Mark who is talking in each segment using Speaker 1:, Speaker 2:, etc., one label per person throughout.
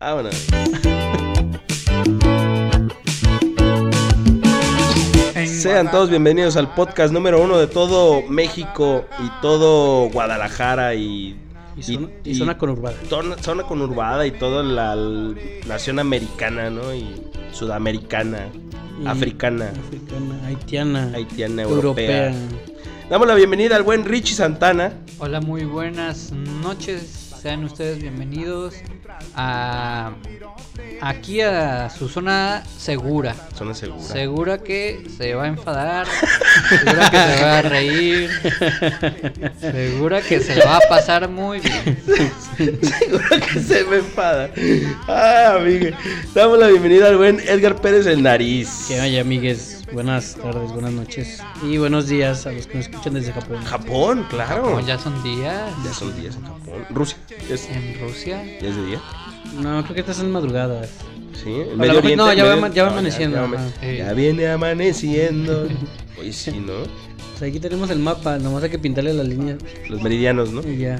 Speaker 1: Vámonos. Sean todos bienvenidos al podcast número uno de todo México y todo Guadalajara y,
Speaker 2: Y, zona, y zona conurbada.
Speaker 1: ton- zona conurbada y toda la l- nación americana, ¿no? Y sudamericana,
Speaker 2: Y-
Speaker 1: africana,
Speaker 2: Africana, haitiana,
Speaker 1: haitiana, europea.
Speaker 2: europea.
Speaker 1: Damos la bienvenida al buen Richie Santana.
Speaker 3: Hola, muy buenas noches. Sean ustedes bienvenidos a aquí a su zona segura.
Speaker 1: Zona segura.
Speaker 3: Segura que se va a enfadar, segura que se va a reír, segura que se va a pasar muy bien.
Speaker 1: Seguro que se me enfada. Ah, amigo. Damos la bienvenida al buen Edgar Pérez el Nariz.
Speaker 2: Que hay amigues, buenas tardes, buenas noches y buenos días a los que nos escuchan desde Japón.
Speaker 1: Japón, claro.
Speaker 3: Como ya son días
Speaker 1: Ya son días en Japón. Rusia. ¿Ya es,
Speaker 3: en Rusia,
Speaker 1: ya es de día?
Speaker 2: No, creo que estas son madrugadas.
Speaker 1: Sí. en
Speaker 2: A
Speaker 1: Medio
Speaker 2: lo mejor-
Speaker 1: Oriente,
Speaker 2: no, ya
Speaker 1: en Medio-
Speaker 2: va ama- ya va
Speaker 1: no,
Speaker 2: amaneciendo,
Speaker 1: Ya, ya
Speaker 2: ajá.
Speaker 1: amane- ya viene amaneciendo. Oye, sí, ¿no?
Speaker 2: Pues aquí tenemos el mapa, nomás hay que pintarle la línea
Speaker 1: Los meridianos, ¿no?
Speaker 2: y ya.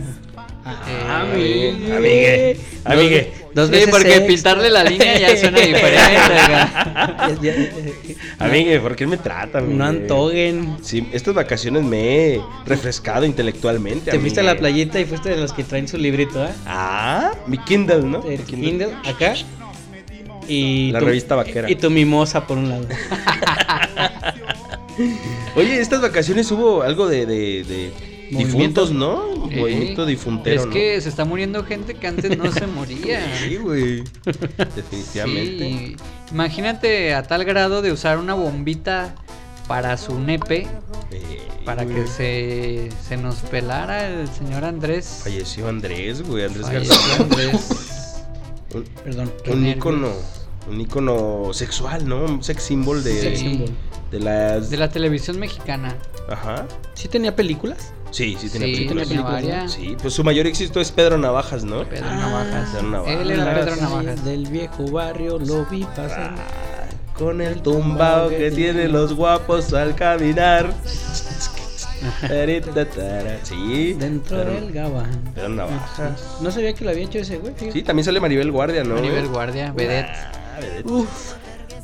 Speaker 3: Ah,
Speaker 2: Ah,
Speaker 3: amigue,
Speaker 1: amigue, amigue.
Speaker 2: Dos
Speaker 3: Sí,
Speaker 2: veces
Speaker 3: porque
Speaker 2: sex.
Speaker 3: pintarle la línea ya suena diferente,
Speaker 2: Ya- ya-
Speaker 1: Amigue, ¿por qué me tratan?
Speaker 2: no antoguen.
Speaker 1: Sí, estas vacaciones me he refrescado intelectualmente.
Speaker 2: Te fuiste a
Speaker 1: amigue.
Speaker 2: la playita y fuiste de los que traen su librito, ¿ah?
Speaker 1: Ah, mi Kindle, ¿no?
Speaker 2: El
Speaker 1: Mi
Speaker 2: Kindle acá. Y
Speaker 1: La revista vaquera.
Speaker 2: Y tu mimosa por un lado.
Speaker 1: Oye, estas vacaciones hubo algo de, de, de
Speaker 2: Movimiento.
Speaker 1: difuntos, ¿no?
Speaker 3: Sí.
Speaker 1: Movimiento difuntero,
Speaker 3: es
Speaker 1: ¿no?
Speaker 3: que se está muriendo gente que antes no se moría.
Speaker 1: Sí, güey. Definitivamente.
Speaker 3: Sí, Imagínate a tal grado de usar una bombita para su nepe,
Speaker 1: Eh,
Speaker 3: para
Speaker 1: güey.
Speaker 3: que se, se nos pelara el señor Andrés.
Speaker 1: Falleció Andrés, güey. Andrés
Speaker 3: Falleció
Speaker 1: Garzón.
Speaker 3: Andrés.
Speaker 1: Un,
Speaker 2: Perdón.
Speaker 3: Qué
Speaker 1: un
Speaker 3: nervios.
Speaker 1: ícono. Un ícono sexual, ¿no? Un sex symbol de,
Speaker 3: Sí.
Speaker 2: símbolo.
Speaker 1: de las...
Speaker 3: De la televisión mexicana.
Speaker 1: Ajá.
Speaker 2: ¿Sí tenía películas?
Speaker 1: Sí, sí tenía
Speaker 3: Sí,
Speaker 1: películas.
Speaker 3: tenía
Speaker 2: películas, ¿no?
Speaker 3: varias.
Speaker 1: Sí, pues su mayor éxito es Pedro Navajas, ¿no?
Speaker 3: Pedro
Speaker 2: Ah,
Speaker 3: Navajas.
Speaker 1: Pedro Navajas.
Speaker 3: Él era
Speaker 2: Las
Speaker 3: Pedro
Speaker 2: calles
Speaker 3: Navajas.
Speaker 2: Ah, Del viejo barrio lo vi pasar.
Speaker 1: Ah, Con el tumbao que tienen los guapos al caminar. Taritatara. Sí.
Speaker 2: Dentro
Speaker 1: Pedro-
Speaker 2: del gabán. Ah,
Speaker 1: Pedro Navajas.
Speaker 2: No sabía que lo había hecho ese güey. fíjate.
Speaker 1: Sí, también sale Maribel Guardia, ¿no?
Speaker 3: Maribel
Speaker 1: güey?
Speaker 3: Guardia, Vedette.
Speaker 1: Ah, vedette.
Speaker 2: Uf.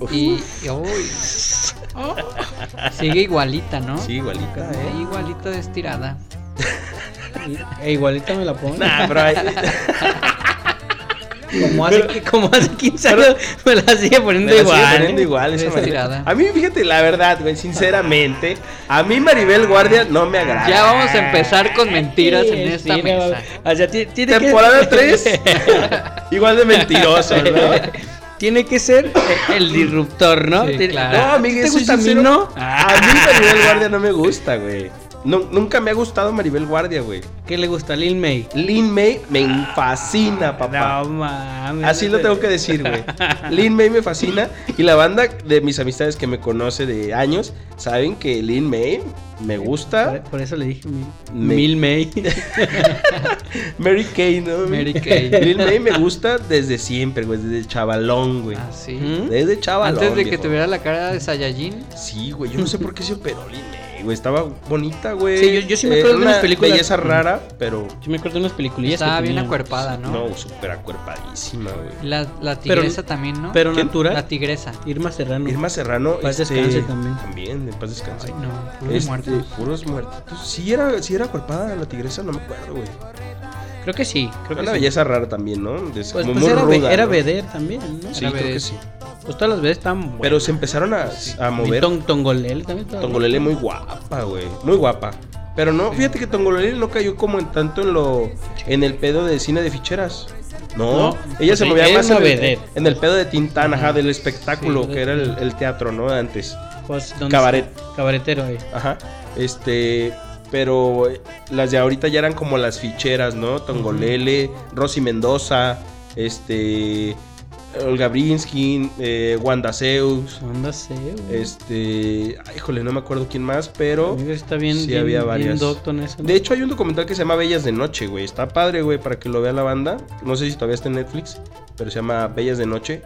Speaker 1: Uf.
Speaker 3: Y. y- uy.
Speaker 2: Oh.
Speaker 3: Sigue igualita, ¿no?
Speaker 1: Sí, igualita, ¿eh?
Speaker 3: Igualita de estirada.
Speaker 2: y- E igualita me la pongo.
Speaker 1: Nah, pero ahí-
Speaker 2: como, hace, que- como hace 15 años me la sigue poniendo
Speaker 1: me la sigue
Speaker 2: igual.
Speaker 1: poniendo
Speaker 2: ¿eh?
Speaker 1: igual esa
Speaker 3: Es
Speaker 1: Maribel.
Speaker 3: tirada.
Speaker 1: A mí, fíjate, la verdad, güey, sinceramente, a mí Maribel Guardia no me agrada.
Speaker 3: Ya vamos a empezar con mentiras en
Speaker 2: Sí,
Speaker 3: esta
Speaker 2: sí, no,
Speaker 3: mesa.
Speaker 2: O sea, ti- tiene que-
Speaker 1: Temporada 3, igual de mentiroso, ¿no?
Speaker 2: Tiene que ser eh, el disruptor, ¿no?
Speaker 3: Sí,
Speaker 2: Tiene-
Speaker 3: claro.
Speaker 1: No, Ah, amiga,
Speaker 2: ¿Te
Speaker 1: soy
Speaker 2: gusta a mí,
Speaker 1: sincero.
Speaker 2: no? Ah,
Speaker 3: Ah.
Speaker 1: A mí Maribel Guardia no me gusta, güey. Nu- nunca me ha gustado Maribel Guardia, güey.
Speaker 2: ¿Qué le gusta? Lil May.
Speaker 1: Lin May me
Speaker 3: Ah,
Speaker 1: fascina, papá.
Speaker 2: No mames.
Speaker 1: Así lo tengo que decir, güey. Lin May me fascina. Y la banda de mis amistades que me conoce de años saben que Lin May me
Speaker 2: Por,
Speaker 1: gusta.
Speaker 2: por eso le dije mil
Speaker 1: May.
Speaker 2: Mil May.
Speaker 1: Mary Kay, ¿no?
Speaker 3: Mary Kay.
Speaker 1: Lin May me gusta desde siempre, güey. Desde chavalón, güey.
Speaker 3: Así.
Speaker 2: Ujú.
Speaker 1: Desde chavalón.
Speaker 3: Ah, Antes de que
Speaker 1: viejo.
Speaker 3: tuviera la cara de Saiyajin.
Speaker 1: Sí, güey, yo no sé por qué se operó Lin May, güey. Estaba bonita, güey.
Speaker 2: Sí, yo- yo sí me acuerdo de
Speaker 1: una
Speaker 2: unas películas.
Speaker 1: Belleza rara, pero.
Speaker 2: Yo me acuerdo de unas peliculillas. que
Speaker 3: Estaba bien
Speaker 2: tenían.
Speaker 3: acuerpada, ¿no?
Speaker 1: No, súper acuerpadísima, güey.
Speaker 3: La, la
Speaker 2: Pero-
Speaker 3: tigresa también, ¿no?
Speaker 2: Pero
Speaker 1: ¿Quién?
Speaker 2: natural.
Speaker 3: La tigresa.
Speaker 2: Irma Serrano.
Speaker 1: Irma Serrano. este,
Speaker 2: Paz descanse también.
Speaker 1: También, en paz descanse.
Speaker 3: Ay, no. puros
Speaker 1: Este,
Speaker 3: muertos.
Speaker 1: puros muertitos. Sí era, sí era acuerpada la tigresa, no me acuerdo, güey.
Speaker 2: Creo que sí. Creo
Speaker 1: Era
Speaker 2: que
Speaker 1: una
Speaker 2: sí.
Speaker 1: belleza rara también, ¿no? Es
Speaker 2: Pues,
Speaker 1: como
Speaker 2: pues era,
Speaker 1: ruda,
Speaker 2: ve- era
Speaker 1: ¿no?
Speaker 2: vedette también, ¿no?
Speaker 1: Sí,
Speaker 3: Era
Speaker 1: creo que
Speaker 3: vedette.
Speaker 1: sí.
Speaker 2: Pues todas las veces estaban
Speaker 1: Pero
Speaker 2: buenas.
Speaker 1: se empezaron a, a mover.
Speaker 2: Tong- Tongolele también. estaba
Speaker 1: Tongolele muy guapa, güey. Muy guapa. Pero no, fíjate que Tongolele no cayó como en tanto en lo en el pedo de cine de ficheras. No,
Speaker 2: No,
Speaker 1: ella se
Speaker 2: pues,
Speaker 1: movía
Speaker 2: era
Speaker 1: más en el,
Speaker 2: vedette.
Speaker 1: en el pedo de Tintán, ajá, del espectáculo
Speaker 2: Sí,
Speaker 1: que era el, el teatro, ¿no? Antes.
Speaker 2: buena. Pues, ¿dónde
Speaker 1: Cabaret.
Speaker 2: está? Cabaretero, eh.
Speaker 1: Ajá. Este, pero eh, las de ahorita ya eran como las ficheras, ¿no? Tongolele, Rosy Mendoza, este Olga Brinskin, eh, Wanda Zeus,
Speaker 2: Ándase, Pues, güey.
Speaker 1: este, ay, híjole, no me acuerdo quién más, pero
Speaker 2: Amigo, está bien,
Speaker 1: Sí,
Speaker 2: bien-
Speaker 1: había
Speaker 2: bien
Speaker 1: varias.
Speaker 2: docto en eso, ¿no?
Speaker 1: De hecho, hay un documental que se llama Bellas de Noche, güey. Está padre, güey, para que lo vea la banda. No sé si todavía está en Netflix, pero se llama Bellas de Noche.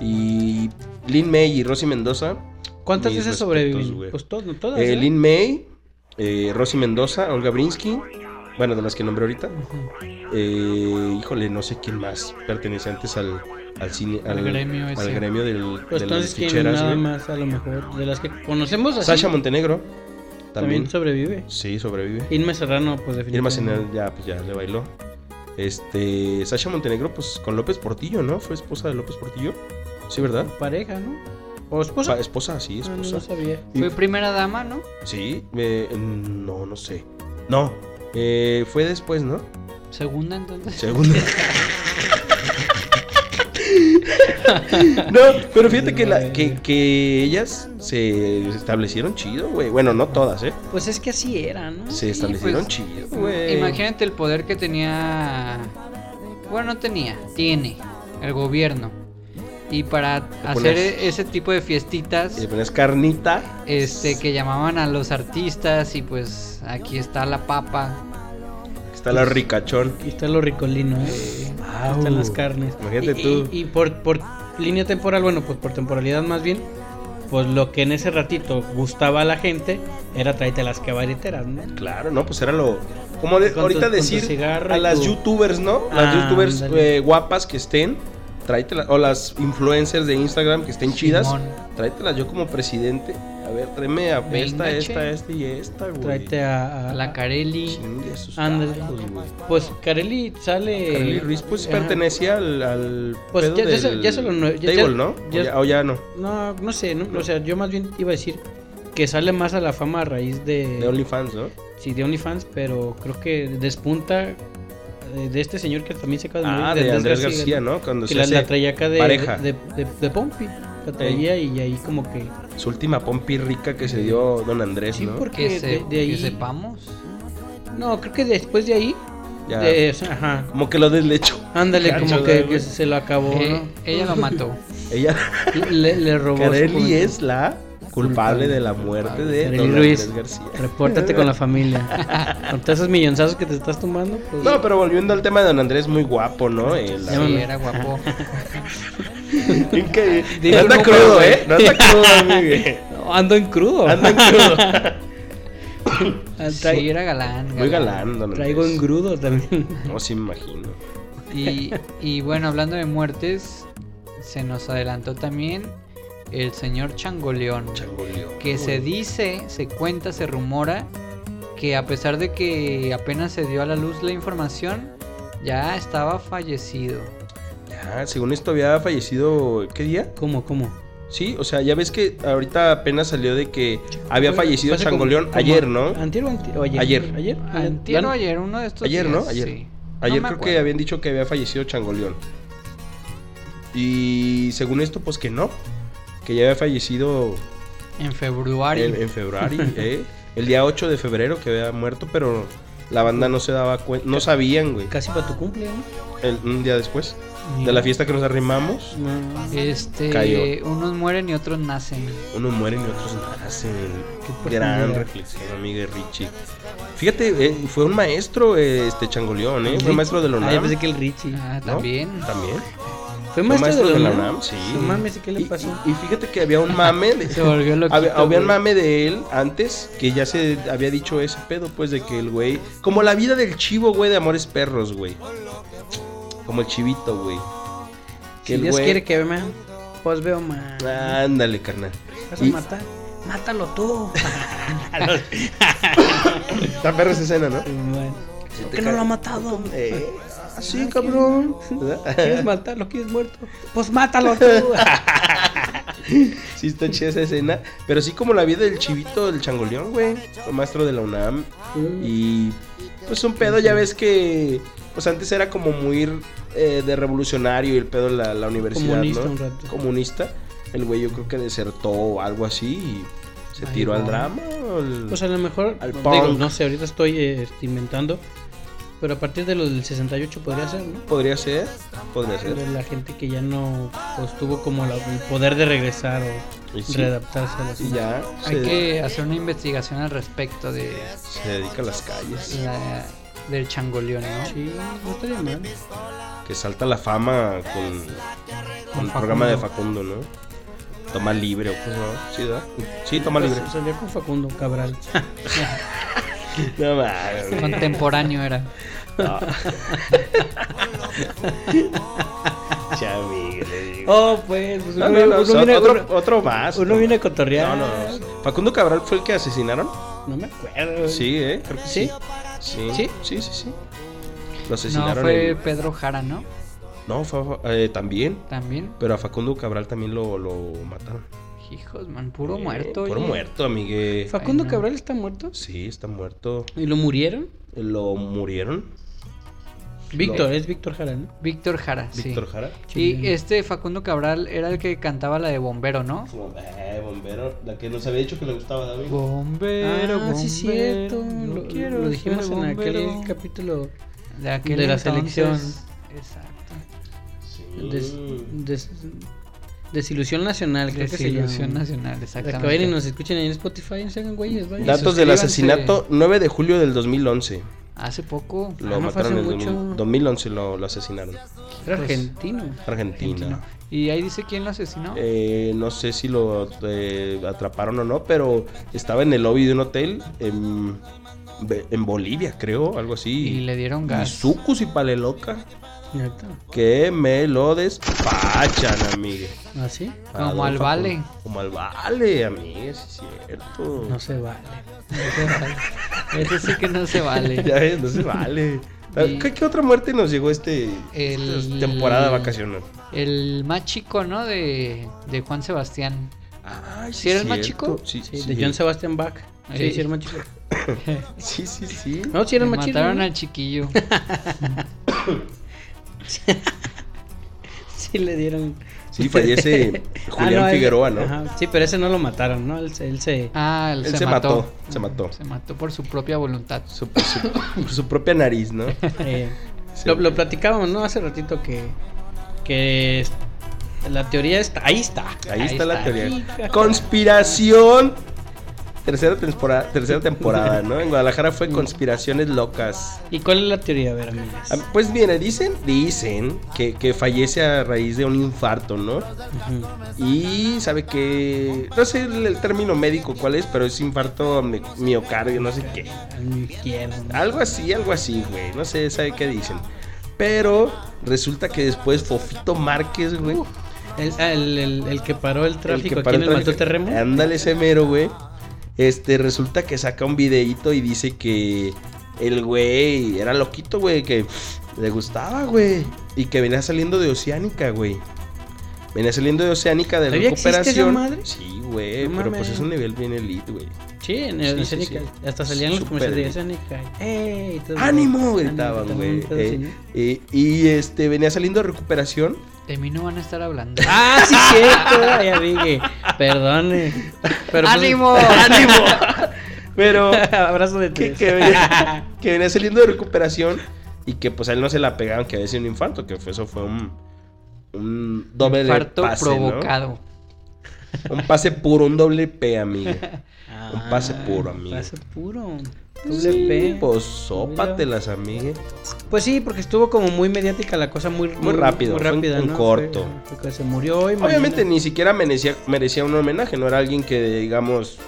Speaker 1: Y Lin May y Rosy Mendoza.
Speaker 2: ¿Cuántas
Speaker 1: mis
Speaker 2: veces
Speaker 1: respetos,
Speaker 2: sobreviven?
Speaker 1: güey.
Speaker 2: Pues todas, no todas.
Speaker 1: Eh,
Speaker 2: ¿eh?
Speaker 1: Lin May, eh, Rosy Mendoza, Olga Brinsky, bueno, de las que nombré ahorita. Eh, híjole, no sé quién más pertenecientes al, al cine,
Speaker 3: Al
Speaker 1: al,
Speaker 3: gremio ese.
Speaker 1: al gremio del,
Speaker 2: Pues
Speaker 1: de las
Speaker 2: entonces, ¿quién
Speaker 1: ficheras,
Speaker 2: nada
Speaker 1: güey.
Speaker 2: más a lo mejor? De las que conocemos así.
Speaker 1: Sasha Montenegro
Speaker 2: también.
Speaker 1: también.
Speaker 2: sobrevive.
Speaker 1: Sí, sobrevive.
Speaker 2: Irma Serrano, pues
Speaker 1: Irma Senel
Speaker 2: definitivamente.
Speaker 1: ya, pues, ya le bailó. Este, Sasha Montenegro, pues con López Portillo, ¿no? Fue esposa de López Portillo. Sí, ¿verdad?
Speaker 2: Pareja, ¿no? O esposa.
Speaker 1: Pa- esposa, sí,
Speaker 2: Ah, no,
Speaker 1: esposa.
Speaker 2: no sabía.
Speaker 3: Fue primera dama, ¿no?
Speaker 1: Sí, eh, no, no sé. No, eh, fue después, ¿no?
Speaker 3: Segunda, entonces.
Speaker 1: Segundo. no, pero fíjate que, la, que, que ellas se establecieron chido, güey. Bueno, no todas, ¿eh?
Speaker 2: Pues es que así era, ¿no?
Speaker 1: Se
Speaker 3: Sí,
Speaker 1: establecieron
Speaker 3: pues,
Speaker 1: chido, güey.
Speaker 3: Imagínate el poder que tenía. Bueno, no tenía, tiene el gobierno. Y para hacer
Speaker 1: pones-
Speaker 3: e- ese tipo de fiestitas,
Speaker 1: Le pones Eh, carnita.
Speaker 3: este, que llamaban a los artistas y pues aquí está la papa.
Speaker 1: Está la ricachón.
Speaker 2: Aquí está lo ricolino, ¿eh? Aquí están las carnes.
Speaker 1: Imagínate
Speaker 2: Y-
Speaker 1: tú.
Speaker 2: Y, y por, por línea temporal, bueno, pues por temporalidad más bien, pues lo que en ese ratito gustaba a la gente era tráete las cabareteras, ¿no?
Speaker 1: Claro, no, pues era lo. Como de-
Speaker 2: Con tu-
Speaker 1: ahorita
Speaker 2: con tu
Speaker 1: decir
Speaker 2: cigarro
Speaker 1: a
Speaker 2: y
Speaker 1: las
Speaker 2: tu-
Speaker 1: youtubers, ¿no? Las
Speaker 2: Ah,
Speaker 1: youtubers
Speaker 2: ándale.
Speaker 1: eh, guapas que estén, tráetelas. O las influencers de Instagram que estén chidas,
Speaker 3: Simón.
Speaker 1: tráetelas yo como presidente. A ver, tráeme a esta,
Speaker 3: Venga, che.
Speaker 1: esta, esta y esta, güey.
Speaker 2: Tráete a, a-
Speaker 3: La Carelli.
Speaker 1: Chingue a sus
Speaker 2: Ándale.
Speaker 1: tacos, güey.
Speaker 2: Pues Carelli sale.
Speaker 1: Carly Ruiz, pues
Speaker 2: Ajá.
Speaker 1: pertenecía al, al
Speaker 2: Pues,
Speaker 1: pedo
Speaker 2: ya- ya se-
Speaker 1: del
Speaker 2: ya se lo nue- ya-
Speaker 1: table,
Speaker 2: ya-
Speaker 1: ¿no?
Speaker 2: ya-
Speaker 1: o, ya, o ya no.
Speaker 2: No, no sé, no, o sea, yo más bien iba a decir que sale más a la fama a raíz de.
Speaker 1: De OnlyFans, ¿no?
Speaker 2: Sí, de OnlyFans, pero creo que despunta eh, de este señor que también se acaba de morir.
Speaker 1: Ah, de Andrés García, ¿no? Cuando se
Speaker 2: Que la, la
Speaker 1: hace
Speaker 2: traía acá de,
Speaker 1: pareja.
Speaker 2: de, de, de Pompi. La traía y ahí como que.
Speaker 1: su última pompi rica que se dio don Andrés,
Speaker 2: Sí,
Speaker 1: ¿no?
Speaker 2: porque
Speaker 3: Que, se-
Speaker 2: de, de
Speaker 3: que
Speaker 2: ahí.
Speaker 3: sepamos.
Speaker 2: No, creo que después de ahí.
Speaker 1: Ya.
Speaker 2: de- o sea, ajá.
Speaker 1: Como que lo deslechó.
Speaker 2: Ándale,
Speaker 1: Cacho,
Speaker 2: como que,
Speaker 1: güey.
Speaker 2: que se lo acabó.
Speaker 3: Eh,
Speaker 2: ¿no?
Speaker 3: ella lo mató.
Speaker 1: Ella.
Speaker 2: Le, le robó. su
Speaker 1: Carelli
Speaker 2: juventud.
Speaker 1: es la culpable de la muerte de
Speaker 2: Carelli
Speaker 1: don
Speaker 2: Ruiz.
Speaker 1: Andrés García.
Speaker 2: Repórtate con la familia. con todos esos millonzazos que te estás tomando, pues.
Speaker 1: No, pero volviendo al tema de don Andrés, muy guapo, ¿no? El-
Speaker 2: Ya
Speaker 3: Sí,
Speaker 2: me-
Speaker 3: era guapo.
Speaker 1: Increíble.
Speaker 3: Dile
Speaker 1: No anda
Speaker 3: un número,
Speaker 1: crudo,
Speaker 3: güey.
Speaker 1: ¿eh? No anda crudo, amigo.
Speaker 2: No, ando en crudo.
Speaker 1: Anda en crudo.
Speaker 2: Ah, tra-
Speaker 3: Sí, era galán.
Speaker 1: Muy galán, don Andrés.
Speaker 2: Traigo en grudo también.
Speaker 1: No, sí me imagino.
Speaker 3: Y, y bueno, hablando de muertes, se nos adelantó también el señor Changoleón.
Speaker 1: Changoleón.
Speaker 3: que se dice, se cuenta, se rumora que a pesar de que apenas se dio a la luz la información, ya estaba fallecido.
Speaker 1: Ya, Ah, según esto había fallecido, ¿qué día?
Speaker 2: ¿Cómo, cómo?
Speaker 1: Sí, o sea, ya ves que ahorita apenas salió de que había fallecido
Speaker 2: Fue hace como-
Speaker 1: Changoleón
Speaker 2: como
Speaker 1: ayer, ¿no?
Speaker 2: ¿Antier o antier? o ayer?
Speaker 1: Ayer.
Speaker 2: ¿Ayer? Ah,
Speaker 3: Antier o
Speaker 2: Bueno,
Speaker 3: ayer, uno de estos
Speaker 1: Ah, Ayer,
Speaker 3: días,
Speaker 1: ¿no? Ayer.
Speaker 3: sí. No
Speaker 1: Ayer
Speaker 3: me
Speaker 1: creo que
Speaker 3: acuerdo.
Speaker 1: habían dicho que había fallecido Changoleón. Y según esto, pues que no. Que ya había fallecido
Speaker 3: En febrero.
Speaker 1: en, en febrero. ¿eh? El día 8 de febrero que había muerto, pero la banda no se daba cuenta. No sabían, güey.
Speaker 2: Casi para tu cumple, ¿no?
Speaker 1: El- un día después de la fiesta que nos arrimamos,
Speaker 2: No.
Speaker 3: Este,
Speaker 1: Cayó.
Speaker 3: unos mueren y otros nacen.
Speaker 1: unos mueren y otros nacen.
Speaker 2: Qué
Speaker 1: Gran
Speaker 2: profundidad.
Speaker 1: reflexión, amiga de Richie. Fíjate, eh, fue un maestro, eh, este Changoleón, ¿eh? Fue maestro de la
Speaker 2: Ah, yo
Speaker 1: UNAM.
Speaker 2: pensé que el Richie.
Speaker 3: Ah,
Speaker 1: ¿no?
Speaker 3: también.
Speaker 1: También.
Speaker 2: ¿Fue
Speaker 1: Fue
Speaker 2: maestro, de la UNAM?
Speaker 1: sí.
Speaker 2: No mames, ¿y qué le
Speaker 1: Y-
Speaker 2: pasó?
Speaker 1: Y, y fíjate que había un mame. de-
Speaker 3: Se volvió loquito.
Speaker 1: había, había un
Speaker 3: güey.
Speaker 1: mame de él antes que ya se había dicho ese pedo, pues, de que el güey. Como la vida del chivo, güey, de amores perros, güey. Como el chivito, güey.
Speaker 2: Si
Speaker 1: el
Speaker 2: Dios
Speaker 1: güey-
Speaker 2: quiere que vea, man, pues veo, man.
Speaker 1: Ándale, carnal.
Speaker 2: ¿Vas a
Speaker 1: Y,
Speaker 2: matar? Mátalo tú.
Speaker 1: está perra esa escena, ¿no?
Speaker 2: Bueno,
Speaker 1: Sí,
Speaker 2: ¿Por
Speaker 1: te
Speaker 2: qué no
Speaker 1: cae.
Speaker 2: lo ha matado?
Speaker 1: Eh, así, cabrón.
Speaker 2: ¿Quieres matarlo? ¿Quieres muerto? Pues mátalo tú.
Speaker 1: Sí, está chida esa escena. Pero sí, como la vida del chivito, del changoleón, güey. Fue maestro de la UNAM. Y pues un pedo, ya ves que. Pues antes era como muy eh, de revolucionario y el pedo la, la universidad,
Speaker 2: Comunista
Speaker 1: ¿no?
Speaker 2: un rato.
Speaker 1: Comunista. El güey yo creo que desertó o algo así y se
Speaker 3: Ay,
Speaker 1: tiró al
Speaker 3: no.
Speaker 1: drama. o al-
Speaker 2: Pues a lo mejor,
Speaker 1: Al
Speaker 2: digo,
Speaker 1: punk.
Speaker 2: no sé, ahorita estoy eh, este, inventando, pero a partir de los del 68 podría ser, ¿no?
Speaker 1: Podría ser, podría ser.
Speaker 2: Pero la gente que ya no pues, tuvo como la- el poder de regresar o
Speaker 1: Y sí,
Speaker 2: readaptarse a la
Speaker 1: y ya
Speaker 3: Hay
Speaker 1: se,
Speaker 3: que hacer una investigación al respecto de
Speaker 1: se dedica a las calles.
Speaker 3: la- del changoleón, ¿no?
Speaker 2: Sí, no estaría mal.
Speaker 1: Que salta la fama con, con el programa de Facundo, ¿no? Toma libre, o pues no. Sí, ¿verdad? Sí, toma
Speaker 2: Pues,
Speaker 1: libre.
Speaker 2: Salió con Facundo Cabral.
Speaker 1: No mames. güey.
Speaker 3: Contemporáneo era.
Speaker 1: No. Chamigo, le digo.
Speaker 2: Oh, pues, pues,
Speaker 1: No,
Speaker 2: uno,
Speaker 1: no, no,
Speaker 2: uno
Speaker 1: so-
Speaker 2: viene,
Speaker 1: otro,
Speaker 2: uno-
Speaker 1: otro más.
Speaker 2: uno
Speaker 1: otro
Speaker 2: viene a
Speaker 1: más. No,
Speaker 2: cotorrear.
Speaker 1: no, no. ¿Facundo Cabral fue el que asesinaron?
Speaker 2: No me acuerdo.
Speaker 1: Sí, ¿eh? Creo que
Speaker 2: ¿Sí?
Speaker 1: Sí.
Speaker 2: ¿Sí?
Speaker 1: Sí, sí, sí. Lo
Speaker 3: No,
Speaker 1: asesinaron.
Speaker 3: fue
Speaker 1: en-
Speaker 3: Pedro Jara, ¿no?
Speaker 1: No, fue, eh, también.
Speaker 3: También.
Speaker 1: Pero a Facundo Cabral también lo, lo mataron.
Speaker 3: Hijos, man, puro
Speaker 1: Eh,
Speaker 3: muerto.
Speaker 1: Puro
Speaker 3: oye.
Speaker 1: muerto, amigue.
Speaker 2: ¿Facundo
Speaker 3: Ay, no.
Speaker 2: Cabral está muerto?
Speaker 1: Sí, está muerto.
Speaker 2: ¿Y lo murieron?
Speaker 1: Lo murieron.
Speaker 2: Víctor, es Víctor Jara, ¿no?
Speaker 3: Víctor Jara, sí.
Speaker 1: Víctor Jara.
Speaker 3: Y este Facundo Cabral era el que cantaba la de bombero, ¿no?
Speaker 1: Como, eh, bombero. La que nos había dicho que le gustaba David.
Speaker 3: Bombero,
Speaker 2: ah, sí, cierto.
Speaker 3: no
Speaker 2: Lo,
Speaker 3: quiero
Speaker 2: lo dijimos
Speaker 3: ser
Speaker 2: en aquel
Speaker 3: bombero.
Speaker 2: capítulo
Speaker 3: de, aquel
Speaker 2: de la
Speaker 3: entonces.
Speaker 2: selección.
Speaker 3: Exacto.
Speaker 1: Sí.
Speaker 2: des-
Speaker 1: Mm.
Speaker 2: des- Desilusión Nacional, creo que se llama.
Speaker 3: Desilusión nacional,
Speaker 2: Para que vayan y
Speaker 3: exactamente.
Speaker 2: nos escuchen ahí en Spotify, no se hagan güeyes, vayan.
Speaker 3: Da-
Speaker 1: Datos del
Speaker 3: suscríbanse.
Speaker 1: asesinato 9 de julio del 2011.
Speaker 3: Hace poco.
Speaker 1: Lo
Speaker 2: Ah, no fue hace
Speaker 1: mataron en el
Speaker 2: mucho.
Speaker 1: 2000 2011, lo, lo asesinaron.
Speaker 2: Era
Speaker 3: pues,
Speaker 2: argentino.
Speaker 1: Argentina.
Speaker 3: argentino. Y ahí dice quién lo asesinó.
Speaker 1: Eh, no sé si lo eh, atraparon o no, pero estaba en el lobby de un hotel en, Be- en Bolivia, creo, algo
Speaker 3: y
Speaker 1: así.
Speaker 3: le dieron
Speaker 1: Y
Speaker 3: gas.
Speaker 1: sucus y paleloca.
Speaker 2: Neta.
Speaker 1: Que me lo despachan, amigue.
Speaker 2: ¿Ah, sí?
Speaker 3: Como
Speaker 1: Adolfo,
Speaker 3: al vale.
Speaker 1: Como al vale, amigue, sí es cierto.
Speaker 2: No se vale.
Speaker 3: Eso sí que no se vale.
Speaker 1: Ya ves, no se vale.
Speaker 3: Y-
Speaker 1: ¿Qué, qué otra muerte nos llegó este
Speaker 3: El-
Speaker 1: esta temporada vacacional?
Speaker 3: El más chico, ¿no? De, de Juan Sebastián.
Speaker 1: Ay,
Speaker 3: ¿Sí era el más
Speaker 1: cierto.
Speaker 3: chico?
Speaker 1: Sí,
Speaker 2: Sí,
Speaker 1: sí.
Speaker 2: de John Sebastian Bach. Sí,
Speaker 3: Ey.
Speaker 2: sí, era más chido.
Speaker 1: Sí, sí, sí.
Speaker 2: No, sí, era
Speaker 3: Le
Speaker 2: más chido.
Speaker 3: mataron
Speaker 2: ¿no?
Speaker 3: al chiquillo.
Speaker 2: Sí, le dieron.
Speaker 1: Sí, fallece
Speaker 2: Ah,
Speaker 1: Julián
Speaker 2: no, él-
Speaker 1: Figueroa, ¿no?
Speaker 2: Ajá, Sí, pero ese no lo mataron, ¿no? Él, se- él se.
Speaker 3: Ah, él, se,
Speaker 1: se
Speaker 3: mató.
Speaker 1: mató, se mató.
Speaker 3: Se mató por su propia voluntad.
Speaker 1: Su, su- su propia nariz, ¿no?
Speaker 2: eh,
Speaker 1: Sí.
Speaker 2: lo, lo platicábamos, ¿no? Hace ratito que. Que. es- La teoría está. Ahí está.
Speaker 1: Ahí,
Speaker 3: Ahí
Speaker 1: está, la
Speaker 3: está.
Speaker 1: teoría. Conspiración. Tercera temporada, tercera temporada, ¿no? En Guadalajara fue conspiraciones locas.
Speaker 2: ¿Y cuál es la teoría? A ver, amigas.
Speaker 1: Ah, Pues mire, dicen, dicen que, que fallece a raíz de un infarto, ¿no?
Speaker 2: Ujú.
Speaker 1: Y sabe que, no sé el, el término médico cuál es, pero es infarto mi- miocardio, no sé qué.
Speaker 2: Al infierno.
Speaker 1: Algo así, algo así, güey. No sé, sabe qué dicen. Pero resulta que después Fofito Márquez, güey.
Speaker 2: El, ah, el- el- el que paró el tráfico aquí en el
Speaker 1: tráfico.
Speaker 2: Matute Remo.
Speaker 1: Ándale ese mero, güey. Este, resulta que saca un videíto y dice que el güey era loquito, güey, que le gustaba, güey. Y que venía saliendo de Oceánica, güey. Venía saliendo de Oceánica de
Speaker 2: ¿Todavía existe esa
Speaker 1: recuperación.
Speaker 2: madre?
Speaker 1: Sí, güey,
Speaker 2: No
Speaker 1: pero
Speaker 2: mames.
Speaker 1: pues es un nivel bien elite, güey.
Speaker 2: Sí, en
Speaker 1: Sí,
Speaker 2: el
Speaker 1: sí,
Speaker 2: Oceánica.
Speaker 1: sí.
Speaker 2: Hasta salían los
Speaker 1: Súper
Speaker 2: comerciales de
Speaker 1: bien.
Speaker 2: Oceánica. ¡Ey! Todo-
Speaker 1: ¡Ánimo!
Speaker 2: ánimo,
Speaker 1: gritaban,
Speaker 2: todo
Speaker 1: güey.
Speaker 2: un pedo
Speaker 1: eh,
Speaker 2: así, ¿no?
Speaker 1: eh, y este, venía saliendo de recuperación.
Speaker 3: De mí no van a estar hablando.
Speaker 2: ¡Ah, sí, cierto! ah, Ya dije. Perdone. Pero, pues,
Speaker 3: ¡Ánimo!
Speaker 1: ¡Ánimo! pero
Speaker 2: Abrazo de
Speaker 1: que,
Speaker 2: tres.
Speaker 1: que venía, que venía saliendo de recuperación y que pues a él no se la pegaron, que había sido un infarto, que fue, eso fue un, un doble
Speaker 3: Infarto
Speaker 1: pase, ¿no?
Speaker 3: provocado.
Speaker 1: Un pase puro, un doble P, amigo.
Speaker 2: Ah,
Speaker 1: pase puro, amigo.
Speaker 2: Pase puro. Doble
Speaker 1: Sí,
Speaker 2: P.
Speaker 1: Pues sópatelas, amigue.
Speaker 2: Pues sí, porque estuvo como muy mediática la cosa, muy,
Speaker 1: Muy rápido,
Speaker 2: muy
Speaker 1: fue en-
Speaker 2: rápida,
Speaker 1: en
Speaker 2: ¿no?
Speaker 1: corto.
Speaker 2: Fue- fue que se murió hoy.
Speaker 1: Obviamente ni siquiera merecía, merecía un homenaje, no era alguien que digamos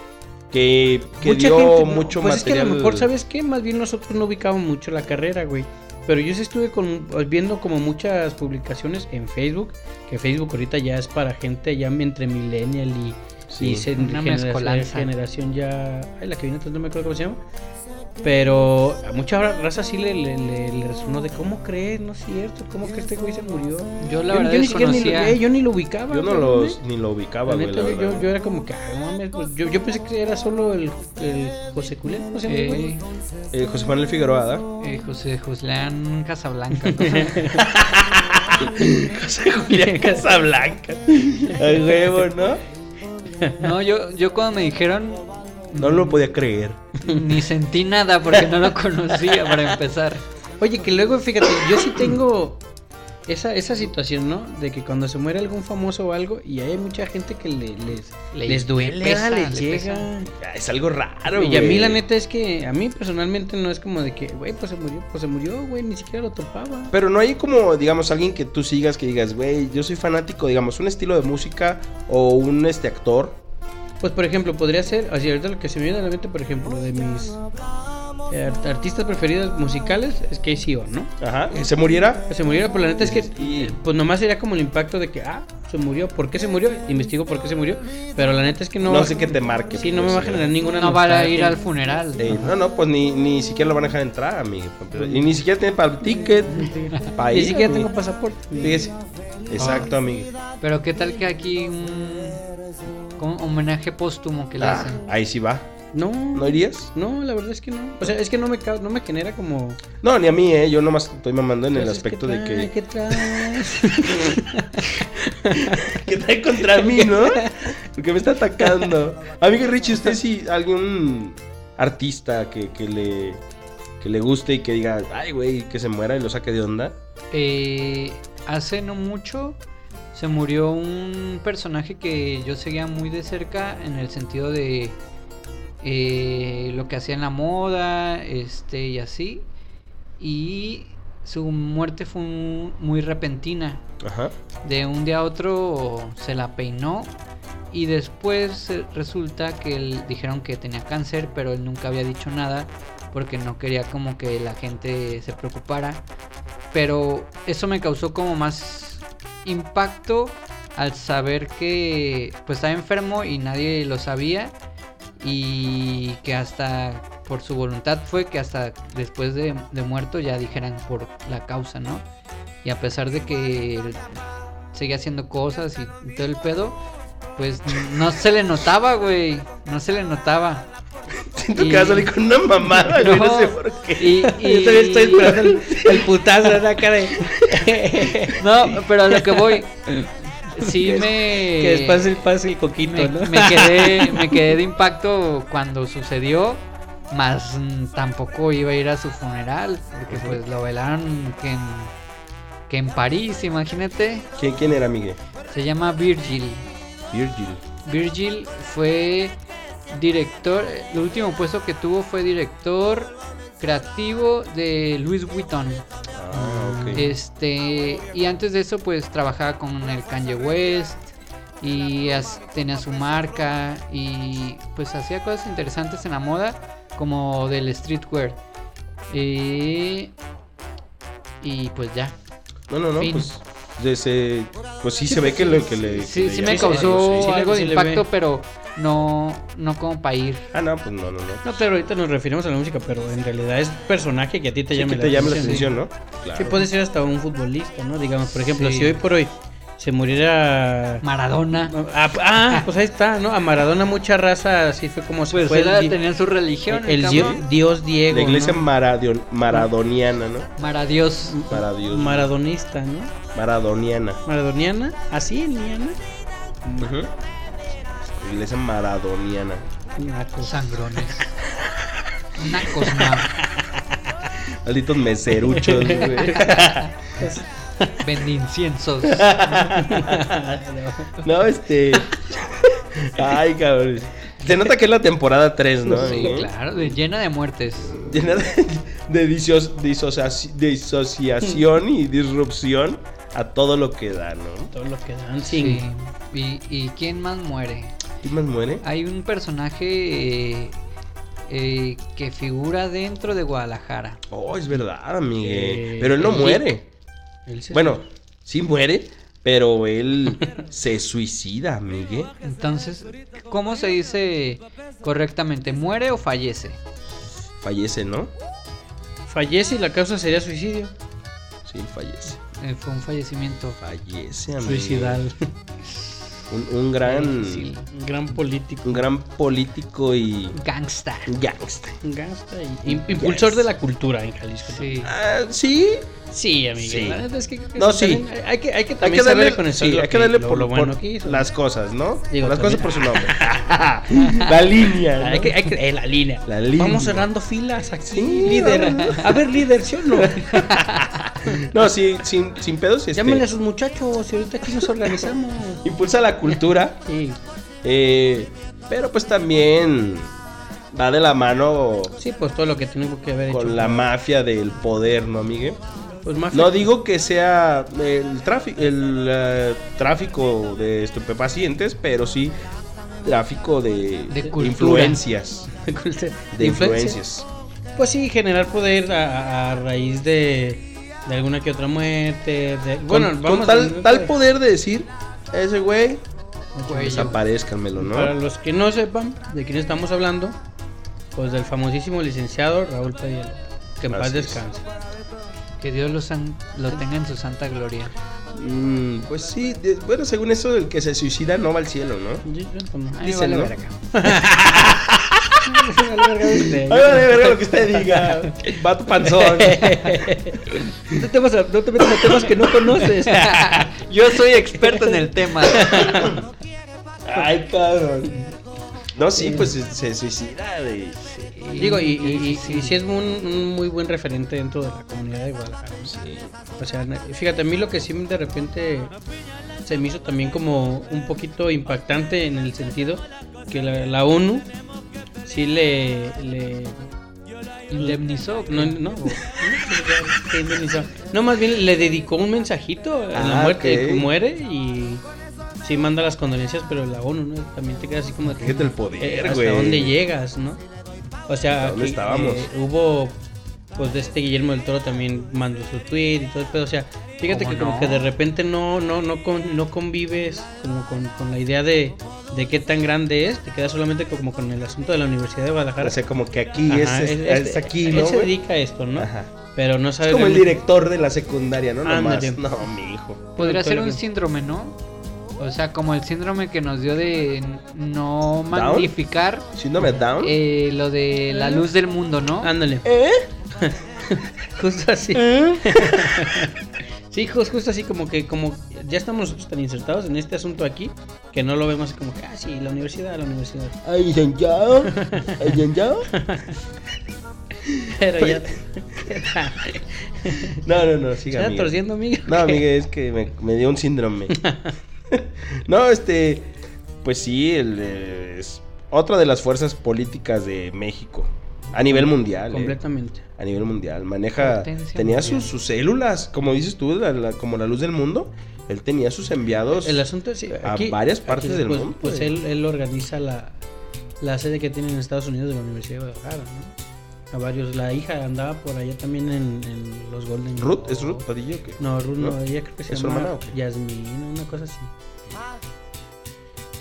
Speaker 1: que, que dio
Speaker 2: no,
Speaker 1: mucho
Speaker 2: pues es que a
Speaker 1: material.
Speaker 2: lo mejor, ¿sabes qué? Más bien nosotros no ubicamos mucho la carrera, güey. Pero yo sí estuve con, viendo como muchas publicaciones en Facebook, que Facebook ahorita ya es para gente ya entre millennial y,
Speaker 1: Sí.
Speaker 2: y se-
Speaker 3: Una
Speaker 2: genera-
Speaker 3: mezcolanza.
Speaker 2: generación ya... Ay, la que viene atrás no me acuerdo cómo se llama. Pero a mucha ra- raza sí le, le, le- le resonó de cómo crees, no es cierto, cómo que este güey se murió.
Speaker 3: Yo la verdad
Speaker 2: ni siquiera ni lo-
Speaker 3: desconocía.
Speaker 2: eh, yo ni lo ubicaba.
Speaker 1: Yo no
Speaker 2: güey,
Speaker 1: los ni lo ubicaba,
Speaker 2: la
Speaker 1: güey.
Speaker 2: neta,
Speaker 1: la
Speaker 2: yo, yo-
Speaker 1: verdad.
Speaker 2: yo era como que, "Ah, mames, pues, yo, yo pensé que era solo el, el José Culé, ¿cómo se llama el güey?
Speaker 3: Eh,
Speaker 1: Eh, José Manuel Figueroa, ¿da?
Speaker 3: eh, José Julián Casablanca. ¿no?
Speaker 1: José Julián Casablanca. A huevo, ¿no?
Speaker 3: No, yo, yo cuando me dijeron
Speaker 1: No lo podía creer.
Speaker 3: ni sentí nada porque no lo conocía para empezar.
Speaker 2: Oye, que luego, fíjate, yo sí tengo esa, esa situación, ¿no? De que cuando se muere algún famoso o algo, y hay mucha gente que le- les,
Speaker 3: Le-
Speaker 2: les duele,
Speaker 3: le pesa,
Speaker 2: les
Speaker 3: le
Speaker 2: llega.
Speaker 1: Ah, Es algo raro, güey.
Speaker 2: Y a mí la neta es que, a mí personalmente no es como de que, güey, pues se murió, pues se murió, güey, ni siquiera lo topaba.
Speaker 1: Pero no hay como, digamos, alguien que tú sigas que digas, güey, yo soy fanático, digamos, un estilo de música o un este actor.
Speaker 2: Pues por ejemplo, podría ser, así ahorita lo que se me viene a la mente, por ejemplo, de mis eh, artistas preferidos musicales es Casey O, ¿no?
Speaker 1: Ajá, que eh, se muriera.
Speaker 2: Que se muriera, pero la neta es que
Speaker 1: Y-
Speaker 2: pues nomás sería como el impacto de que, ah, se murió, ¿por qué se murió? Investigo por qué se murió, pero la neta es que no...
Speaker 1: No
Speaker 2: va-
Speaker 1: sé qué te marque,
Speaker 2: Sí, no me
Speaker 1: pues,
Speaker 2: va a
Speaker 1: sí.
Speaker 2: generar ninguna
Speaker 3: No van a
Speaker 2: nostalgia.
Speaker 3: ir al funeral.
Speaker 1: Eh, no, no, pues ni, ni siquiera lo van a dejar entrar, amigo. pues, Y ni siquiera tiene para el ticket. Para
Speaker 2: Ni siquiera tengo Ah, pasaporte.
Speaker 1: Fíjese. Exacto, amigo.
Speaker 3: Pero qué tal que aquí un, como homenaje póstumo que le
Speaker 1: Ah,
Speaker 3: hacen.
Speaker 1: ahí sí va.
Speaker 2: No,
Speaker 1: ¿No
Speaker 2: no,
Speaker 1: irías?
Speaker 2: la verdad es que no. O sea, es que no me, cau- no me genera como...
Speaker 1: No, ni a mí, ¿eh? Yo nomás estoy mamando en el
Speaker 2: Entonces,
Speaker 1: aspecto
Speaker 2: ¿qué
Speaker 1: de
Speaker 2: trae?
Speaker 1: que...
Speaker 2: ¿Qué traes?
Speaker 1: ¿Qué trae contra mí, no? Porque me está atacando. Amigo Richie, ¿usted sí algún artista que, que le... Que le guste y que diga, ay, güey, que se muera y lo saque de onda.
Speaker 3: Eh, hace no mucho se murió un personaje que yo seguía muy de cerca en el sentido de eh, lo que hacía en la moda, este y así. Y su muerte fue un- muy repentina.
Speaker 1: Ajá.
Speaker 3: De un día a otro se la peinó y después eh, resulta que él, dijeron que tenía cáncer, pero él nunca había dicho nada porque no quería como que la gente se preocupara. Pero eso me causó como más impacto al saber que pues estaba enfermo y nadie lo sabía y que hasta por su voluntad fue que hasta después de, de muerto ya dijeran por la causa, ¿no? Y a pesar de que él seguía haciendo cosas y, y todo el pedo, pues no se le notaba, güey. No se le notaba.
Speaker 1: Siento que va a salir con una mamada, güey, no sé por qué.
Speaker 3: Y, y-
Speaker 2: Yo también estoy esperando el, el putazo de acá de...
Speaker 3: No, pero a lo que voy. Sí me.
Speaker 2: Que después el pase el coquito,
Speaker 3: me,
Speaker 2: ¿no?
Speaker 3: me quedé, me quedé de impacto cuando sucedió. Más mm, tampoco iba a ir a su funeral. Porque pues lo velaron que en, que en París, imagínate.
Speaker 1: ¿Quién, quién era, Miguel?
Speaker 3: Se llama Virgil.
Speaker 1: Virgil.
Speaker 3: Virgil fue director, el último puesto que tuvo fue director creativo de Louis Vuitton.
Speaker 1: Ah, ok.
Speaker 3: Este, y antes de eso pues trabajaba con el Kanye West y as- tenía su marca y pues hacía cosas interesantes en la moda como del streetwear. Eh, y pues ya.
Speaker 1: No, no, no,
Speaker 3: Fin.
Speaker 1: pues. Desde, pues sí, se ve que, lo, que le. que
Speaker 3: Sí,
Speaker 1: le
Speaker 3: sí
Speaker 1: llamó
Speaker 2: sí se
Speaker 3: me
Speaker 2: le-
Speaker 3: causó
Speaker 2: sí le-
Speaker 3: algo de
Speaker 2: sí le
Speaker 3: impacto,
Speaker 2: ve.
Speaker 3: pero no, no como para ir.
Speaker 1: Ah, no, pues no, no, no.
Speaker 2: No, claro, ahorita nos referimos a la música, pero en realidad es personaje que a ti te
Speaker 1: Sí,
Speaker 2: llame
Speaker 1: que te llame la
Speaker 2: sí.
Speaker 1: atención, ¿no?
Speaker 2: Sí, puede ser hasta un futbolista, ¿no? Digamos, por ejemplo,
Speaker 3: Sí.
Speaker 2: si hoy por hoy se muriera...
Speaker 3: Maradona.
Speaker 2: No, ah, ah, pues ahí está, ¿no? A Maradona mucha raza, así fue como se
Speaker 3: Pues
Speaker 2: fue
Speaker 3: era,
Speaker 2: di-
Speaker 3: tenían su religión,
Speaker 2: el
Speaker 3: el,
Speaker 2: dio-
Speaker 3: cabrón.
Speaker 2: dios Diego,
Speaker 1: La iglesia
Speaker 2: ¿no?
Speaker 1: maradion- maradoniana, ¿no?
Speaker 3: Maradios.
Speaker 1: Para Dios.
Speaker 2: maradonista, ¿no?
Speaker 1: maradoniana.
Speaker 2: Maradoniana, así, Niana.
Speaker 1: Ujú. Iglesia maradoniana.
Speaker 2: Nacos.
Speaker 3: Sangrones. Nacos, no.
Speaker 1: Malditos meseruchos, güey.
Speaker 3: Vendiciencios.
Speaker 2: Ah,
Speaker 1: No, este. Ay, cabrón. Se nota que es la temporada 3, ¿no?
Speaker 3: Sí,
Speaker 1: Amigo?
Speaker 3: claro, de- llena de muertes.
Speaker 1: llena de, de disoci- disoci- disociación y disrupción a todo lo que da, ¿no?
Speaker 2: Todo lo que dan sin.
Speaker 3: Sí. ¿Y, y quién más muere?
Speaker 1: ¿Quién más muere?
Speaker 3: Hay un personaje eh, eh, que figura dentro de Guadalajara.
Speaker 1: Oh, es verdad, Miguel.
Speaker 2: Eh,
Speaker 1: pero él no
Speaker 2: el
Speaker 1: muere.
Speaker 2: Él se-
Speaker 1: Bueno, sí muere, pero él se suicida, Miguel.
Speaker 3: Entonces, ¿cómo se dice correctamente? ¿Muere o fallece?
Speaker 1: Fallece, ¿no?
Speaker 2: fallece y la causa sería suicidio.
Speaker 1: Sí, fallece.
Speaker 3: Eh, fue un fallecimiento.
Speaker 1: Fallece, amigo.
Speaker 2: Suicidal.
Speaker 1: Un, un gran.
Speaker 3: Sí.
Speaker 2: Un Gran político.
Speaker 1: Un gran político y.
Speaker 3: Gangsta.
Speaker 1: gangster.
Speaker 2: un gangsta y- im- impulsor
Speaker 1: Yes.
Speaker 2: de la cultura en Jalisco.
Speaker 3: Sí.
Speaker 1: Ah, sí,
Speaker 2: Sí, amigo.
Speaker 1: Sí.
Speaker 2: La neta es que creo que
Speaker 1: No,
Speaker 2: sí,
Speaker 1: sí.
Speaker 2: también Hay hay que, hay que
Speaker 1: Hay
Speaker 2: también
Speaker 1: que darle,
Speaker 2: saber reconocer
Speaker 1: sí,
Speaker 2: lo
Speaker 1: hay que
Speaker 2: que-
Speaker 1: darle
Speaker 2: lo-
Speaker 1: por,
Speaker 2: lo bueno
Speaker 1: por
Speaker 2: que hizo.
Speaker 1: las cosas, ¿no?
Speaker 2: Digo,
Speaker 1: las cosas
Speaker 2: también-
Speaker 1: por su nombre. la línea. ¿no?
Speaker 2: Hay que, hay que- eh, la línea.
Speaker 1: La línea.
Speaker 2: Vamos cerrando filas aquí,
Speaker 1: Sí, Este.
Speaker 2: líder. A ver, líder, ¿sí o no?
Speaker 1: No, sí, sin, sin pedos. Este,
Speaker 2: Llámenle a sus muchachos y ahorita aquí nos organizamos.
Speaker 1: Impulsa la cultura,
Speaker 2: Sí,
Speaker 1: eh, pero pues también va de la mano
Speaker 2: sí, pues todo lo que tenemos que haber hecho.
Speaker 1: con la mafia del poder, ¿no, Miguel?
Speaker 2: Pues mafia.
Speaker 1: No digo que sea el, tráfico el eh, tráfico de estupefacientes, pero sí tráfico de,
Speaker 3: De cultura.
Speaker 1: influencias.
Speaker 2: De
Speaker 1: De
Speaker 2: influencia.
Speaker 1: influencias.
Speaker 2: pues sí, generar poder a, a raíz de, de alguna que otra muerte. de- bueno,
Speaker 1: con,
Speaker 2: vamos
Speaker 1: con
Speaker 2: a- pues,
Speaker 1: tal, tal poder de decir, ese güey,
Speaker 3: Güey,
Speaker 1: desaparezcanmelo, ¿no?
Speaker 2: Para los que no sepan de quién estamos hablando, pues del famosísimo licenciado Raúl Padilla. López, Que en paz
Speaker 1: Así es.
Speaker 2: descanse.
Speaker 3: Que Dios lo, san- lo tenga en su santa gloria.
Speaker 1: Mm, pues sí, de- bueno, según eso, el que se suicida no va al cielo, ¿no?
Speaker 2: Yo- yo también.
Speaker 3: Ahí
Speaker 1: Dicen,
Speaker 3: vale
Speaker 1: ¿no?
Speaker 3: verga.
Speaker 2: Vale, verga, usted.
Speaker 1: Ay, vale, verga lo que usted diga. Va tu panzón.
Speaker 2: No te, vas a- no te metas a temas que no conoces.
Speaker 3: Yo soy experto en el tema.
Speaker 1: Ay, cabrón. No, sí, pues se, se suicida, güey.
Speaker 2: Digo, y, y, y- y sí es un, un muy buen referente dentro de la comunidad de Guadalajara.
Speaker 1: Sí.
Speaker 2: O sea, na- fíjate, a mí lo que sí de repente se me hizo también como un poquito impactante en el sentido que la, la ONU sí le... le
Speaker 3: Indemnizó. o qué?
Speaker 2: no, no, que indemnizó. no, más bien le dedicó un mensajito a la
Speaker 1: Ah,
Speaker 2: muerte,
Speaker 1: ok.
Speaker 2: que muere y sí manda las condolencias, pero la ONU ¿no? también te queda así como... de-
Speaker 1: Fíjate el
Speaker 2: eh,
Speaker 1: poder,
Speaker 2: hasta
Speaker 1: güey.
Speaker 2: dónde llegas, ¿no? O sea,
Speaker 1: ¿Hasta dónde
Speaker 2: que,
Speaker 1: estábamos?
Speaker 2: eh, hubo, pues de este Guillermo del Toro también mandó su tweet y todo el pedo. O sea, fíjate
Speaker 3: ¿Cómo
Speaker 2: que como
Speaker 3: no?
Speaker 2: que de repente no, no, no, con- no convives como con, con la idea de, de qué tan grande es. Te quedas solamente como con el asunto de la Universidad de Guadalajara.
Speaker 1: O sea, como que aquí
Speaker 2: Ajá,
Speaker 1: es, es-
Speaker 2: este-
Speaker 1: es aquí,
Speaker 2: él
Speaker 1: ¿no?
Speaker 2: se
Speaker 1: güey?
Speaker 2: dedica a esto, ¿no?
Speaker 1: Ajá.
Speaker 2: Pero no sabe.
Speaker 1: Es como el
Speaker 2: realmente-
Speaker 1: director de la secundaria, ¿no? Nomás.
Speaker 2: Ándale.
Speaker 1: No, mi hijo.
Speaker 3: Podría
Speaker 2: Todo
Speaker 3: ser
Speaker 2: lo
Speaker 3: un
Speaker 2: que-
Speaker 3: síndrome, ¿no? O sea, como el síndrome que nos dio de no magnificar
Speaker 1: Síndrome Down.
Speaker 3: eh, lo de la luz del mundo, ¿no?
Speaker 2: Ándale.
Speaker 1: ¿Eh?
Speaker 2: justo así. sí, jus- justo así como que como ya estamos nosotros tan insertados en este asunto aquí que no lo vemos como que ah, sí, la universidad, la universidad.
Speaker 1: Ay, dicen ya. Ay, dicen ya.
Speaker 2: Pero ya
Speaker 1: No, no, no, siga.
Speaker 2: está
Speaker 1: amiga.
Speaker 2: torciendo, amigo.
Speaker 1: No, amiga, es que me, me dio un síndrome. no, este. Pues sí, el, eh, es otra de las fuerzas políticas de México. A nivel mundial. eh,
Speaker 2: Completamente.
Speaker 1: a nivel mundial. Maneja.
Speaker 3: Potencia
Speaker 1: tenía
Speaker 3: mundial.
Speaker 1: Sus, sus células, como dices tú, la- la- como la luz del mundo. Él tenía sus enviados.
Speaker 2: El asunto es sí,
Speaker 1: A
Speaker 2: aquí-
Speaker 1: varias partes del
Speaker 2: pues,
Speaker 1: mundo,
Speaker 2: Pues
Speaker 1: eh.
Speaker 2: él, él organiza la, la sede que tiene en Estados Unidos de la Universidad de Guadalajara, ¿no? A varios. La hija andaba por allá también en, en los Golden
Speaker 1: Ruth, ¿es Ruth Padilla o qué?
Speaker 2: No, Ruth no,
Speaker 1: ¿No?
Speaker 2: ella creo que se
Speaker 1: ¿Es su hermana
Speaker 2: llama
Speaker 1: o qué?
Speaker 2: Yasmina, una cosa así.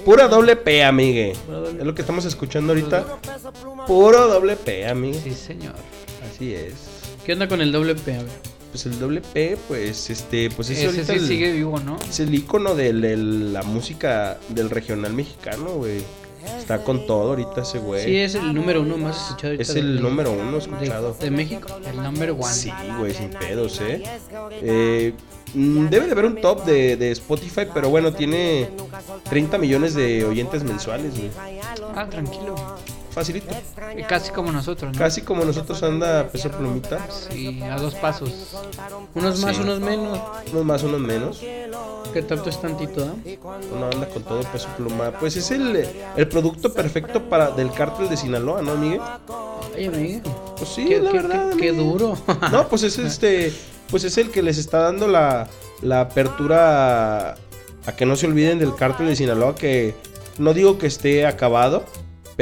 Speaker 1: Pura doble P, amigue.
Speaker 2: Pura doble
Speaker 1: Es lo que estamos escuchando ahorita. Puro doble P, amigue.
Speaker 3: Sí, señor.
Speaker 1: Así es.
Speaker 2: ¿Qué onda con el doble P? A ver.
Speaker 1: Pues el doble P, pues este, pues es
Speaker 3: Ese
Speaker 1: ahorita
Speaker 3: sí
Speaker 1: el-
Speaker 3: sigue vivo, ¿no?
Speaker 1: es el icono de la música del regional mexicano, güey. Está con todo ahorita ese güey.
Speaker 2: Sí, es el número uno más escuchado. ahorita
Speaker 1: es
Speaker 2: de-
Speaker 1: el
Speaker 2: de-
Speaker 1: número uno
Speaker 2: de-
Speaker 1: escuchado.
Speaker 2: de México.
Speaker 3: El number one.
Speaker 1: Sí, güey, sin pedos, ¿eh? Eh, mm, debe de haber un top de, de Spotify, pero bueno, tiene 30 millones de oyentes mensuales, güey.
Speaker 3: Ah, tranquilo.
Speaker 1: Facilito.
Speaker 3: Eh, Casi como nosotros, ¿no?
Speaker 1: Casi como nosotros anda peso plumita.
Speaker 3: Sí, a dos pasos.
Speaker 2: Unos más,
Speaker 1: Sí.
Speaker 2: unos menos.
Speaker 1: Unos más, unos menos.
Speaker 2: Que tanto es tantito, ¿no?
Speaker 1: Una banda con todo peso pluma. Pues es el, el producto perfecto para del cártel de Sinaloa, ¿no, Miguel?
Speaker 2: Ay, amigo.
Speaker 1: Pues sí,
Speaker 2: qué,
Speaker 1: la
Speaker 2: qué-
Speaker 1: verdad.
Speaker 2: qué- qué
Speaker 1: amigo.
Speaker 2: duro.
Speaker 1: No, pues es este. Pues es el que les está dando la, la apertura a, a que no se olviden del cártel de Sinaloa, que no digo que esté acabado,